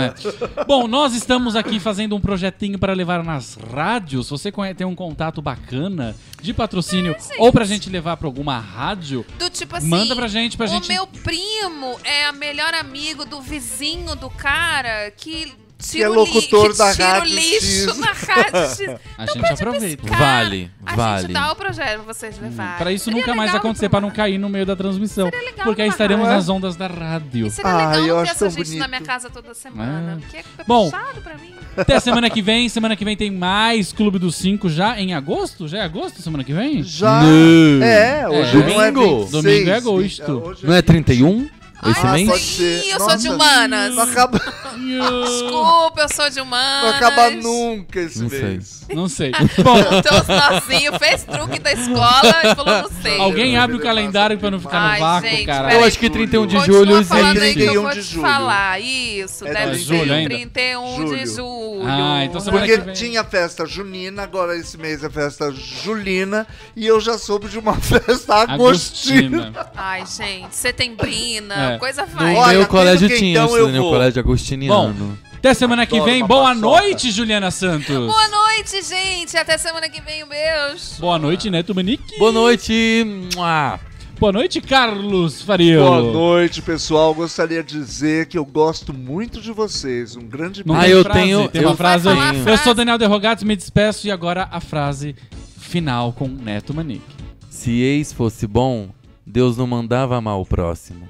S4: é. Bom, nós estamos aqui fazendo um projetinho para levar nas rádios. Se Você conhe- tem um contato bacana de patrocínio ou pra gente levar pra alguma rádio?
S6: Do tipo assim.
S4: Manda pra gente, pra
S6: o
S4: gente-
S6: meu primo é a melhor amigo do vizinho do cara que. Tira,
S5: é
S6: o li-
S5: locutor
S6: que
S5: da
S6: tira
S5: Rádio
S6: o lixo
S5: X.
S6: na rádio X.
S4: A gente aproveita.
S6: Cara,
S3: Vale,
S6: a
S3: vale.
S6: gente dá o projeto pra vocês levarem.
S4: Hum, Pra isso
S6: Seria
S4: nunca mais
S6: legal
S4: acontecer,
S6: pra
S4: pra não cair no meio da transmissão.
S6: Seria legal
S4: Porque aí
S6: pra
S4: estaremos
S5: caralho.
S4: nas ondas da rádio.
S6: E seria
S5: Ah,
S6: legal
S5: eu
S6: não ter
S5: acho
S6: essa
S5: tão
S6: gente na
S5: bonito.
S6: minha casa toda semana. Porque é
S4: Bom.
S6: puxado pra mim.
S4: Até semana que vem. Semana que vem tem mais Clube dos Cinco já em agosto? Já é agosto semana que vem?
S5: Já.
S3: Não.
S5: É, hoje não é
S3: Domingo.
S5: 26,
S4: Domingo é
S5: vinte-
S4: agosto.
S5: hoje
S3: Não é 31? Esse
S6: Ai,
S3: mês?
S6: eu
S5: pode
S6: sei.
S5: ser.
S6: Ih, Ah, eu
S5: Nossa,
S6: sou de humanas.
S5: Não acaba,
S6: Desculpa, eu sou de
S5: não
S6: humanas.
S5: acaba nunca esse
S3: Não sei.
S5: mês.
S4: Não sei. Bom,
S6: Juntou os nozinhos, fez truque da escola e falou, não sei.
S4: alguém abre o calendário pra não ficar no
S6: Ai,
S4: vácuo,
S6: gente,
S3: Eu
S6: peraí.
S4: cara.
S3: acho que 31 de
S6: Continua
S3: julho
S6: falando aí que
S3: existe.
S5: 31
S6: eu vou
S5: de
S6: te
S5: julho.
S6: falar. Isso,
S5: É
S6: deve
S5: de
S4: julho
S6: ser
S4: ainda?
S6: 31
S5: Julho.
S6: de julho.
S4: Ah, então semana que
S5: Porque
S4: vem.
S5: tinha festa junina, agora esse mês é festa julina, e eu já soube de uma festa agostina.
S4: Agostina.
S6: Ai, gente, setembrina,
S4: É.
S6: coisa vai.
S3: No
S5: Olha,
S3: meu
S5: mesmo
S3: colégio
S5: que
S3: tinha
S5: então
S3: isso,
S5: eu
S3: né? O
S5: vou.
S3: colégio agostiniano.
S4: Até semana que
S5: Adoro
S4: vem.
S5: uma
S4: Boa
S5: paçoca.
S4: noite, Juliana Santos.
S6: Boa noite, gente. Até semana que vem, um beijo.
S4: Boa noite, Neto Manique.
S3: Boa noite! Mua.
S4: Boa noite, Carlos Fario.
S5: Boa noite, pessoal. Gostaria de dizer que eu gosto muito de vocês. Um grande
S4: Não
S3: Ah,
S4: tem
S3: eu
S4: frase,
S3: tenho-
S4: Tem
S3: eu
S4: uma frase aí.
S6: tenho.
S4: Eu sou Daniel Derrogatos, me despeço e agora a frase final com Neto Manique.
S3: Se ex fosse bom, Deus não mandava amar o próximo.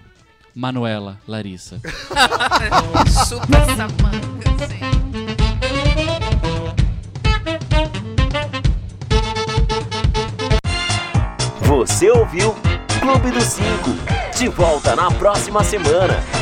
S4: Manuela Larissa.
S6: Chupa essa manga, gente.
S2: Você ouviu Clube do 5. De volta na próxima semana.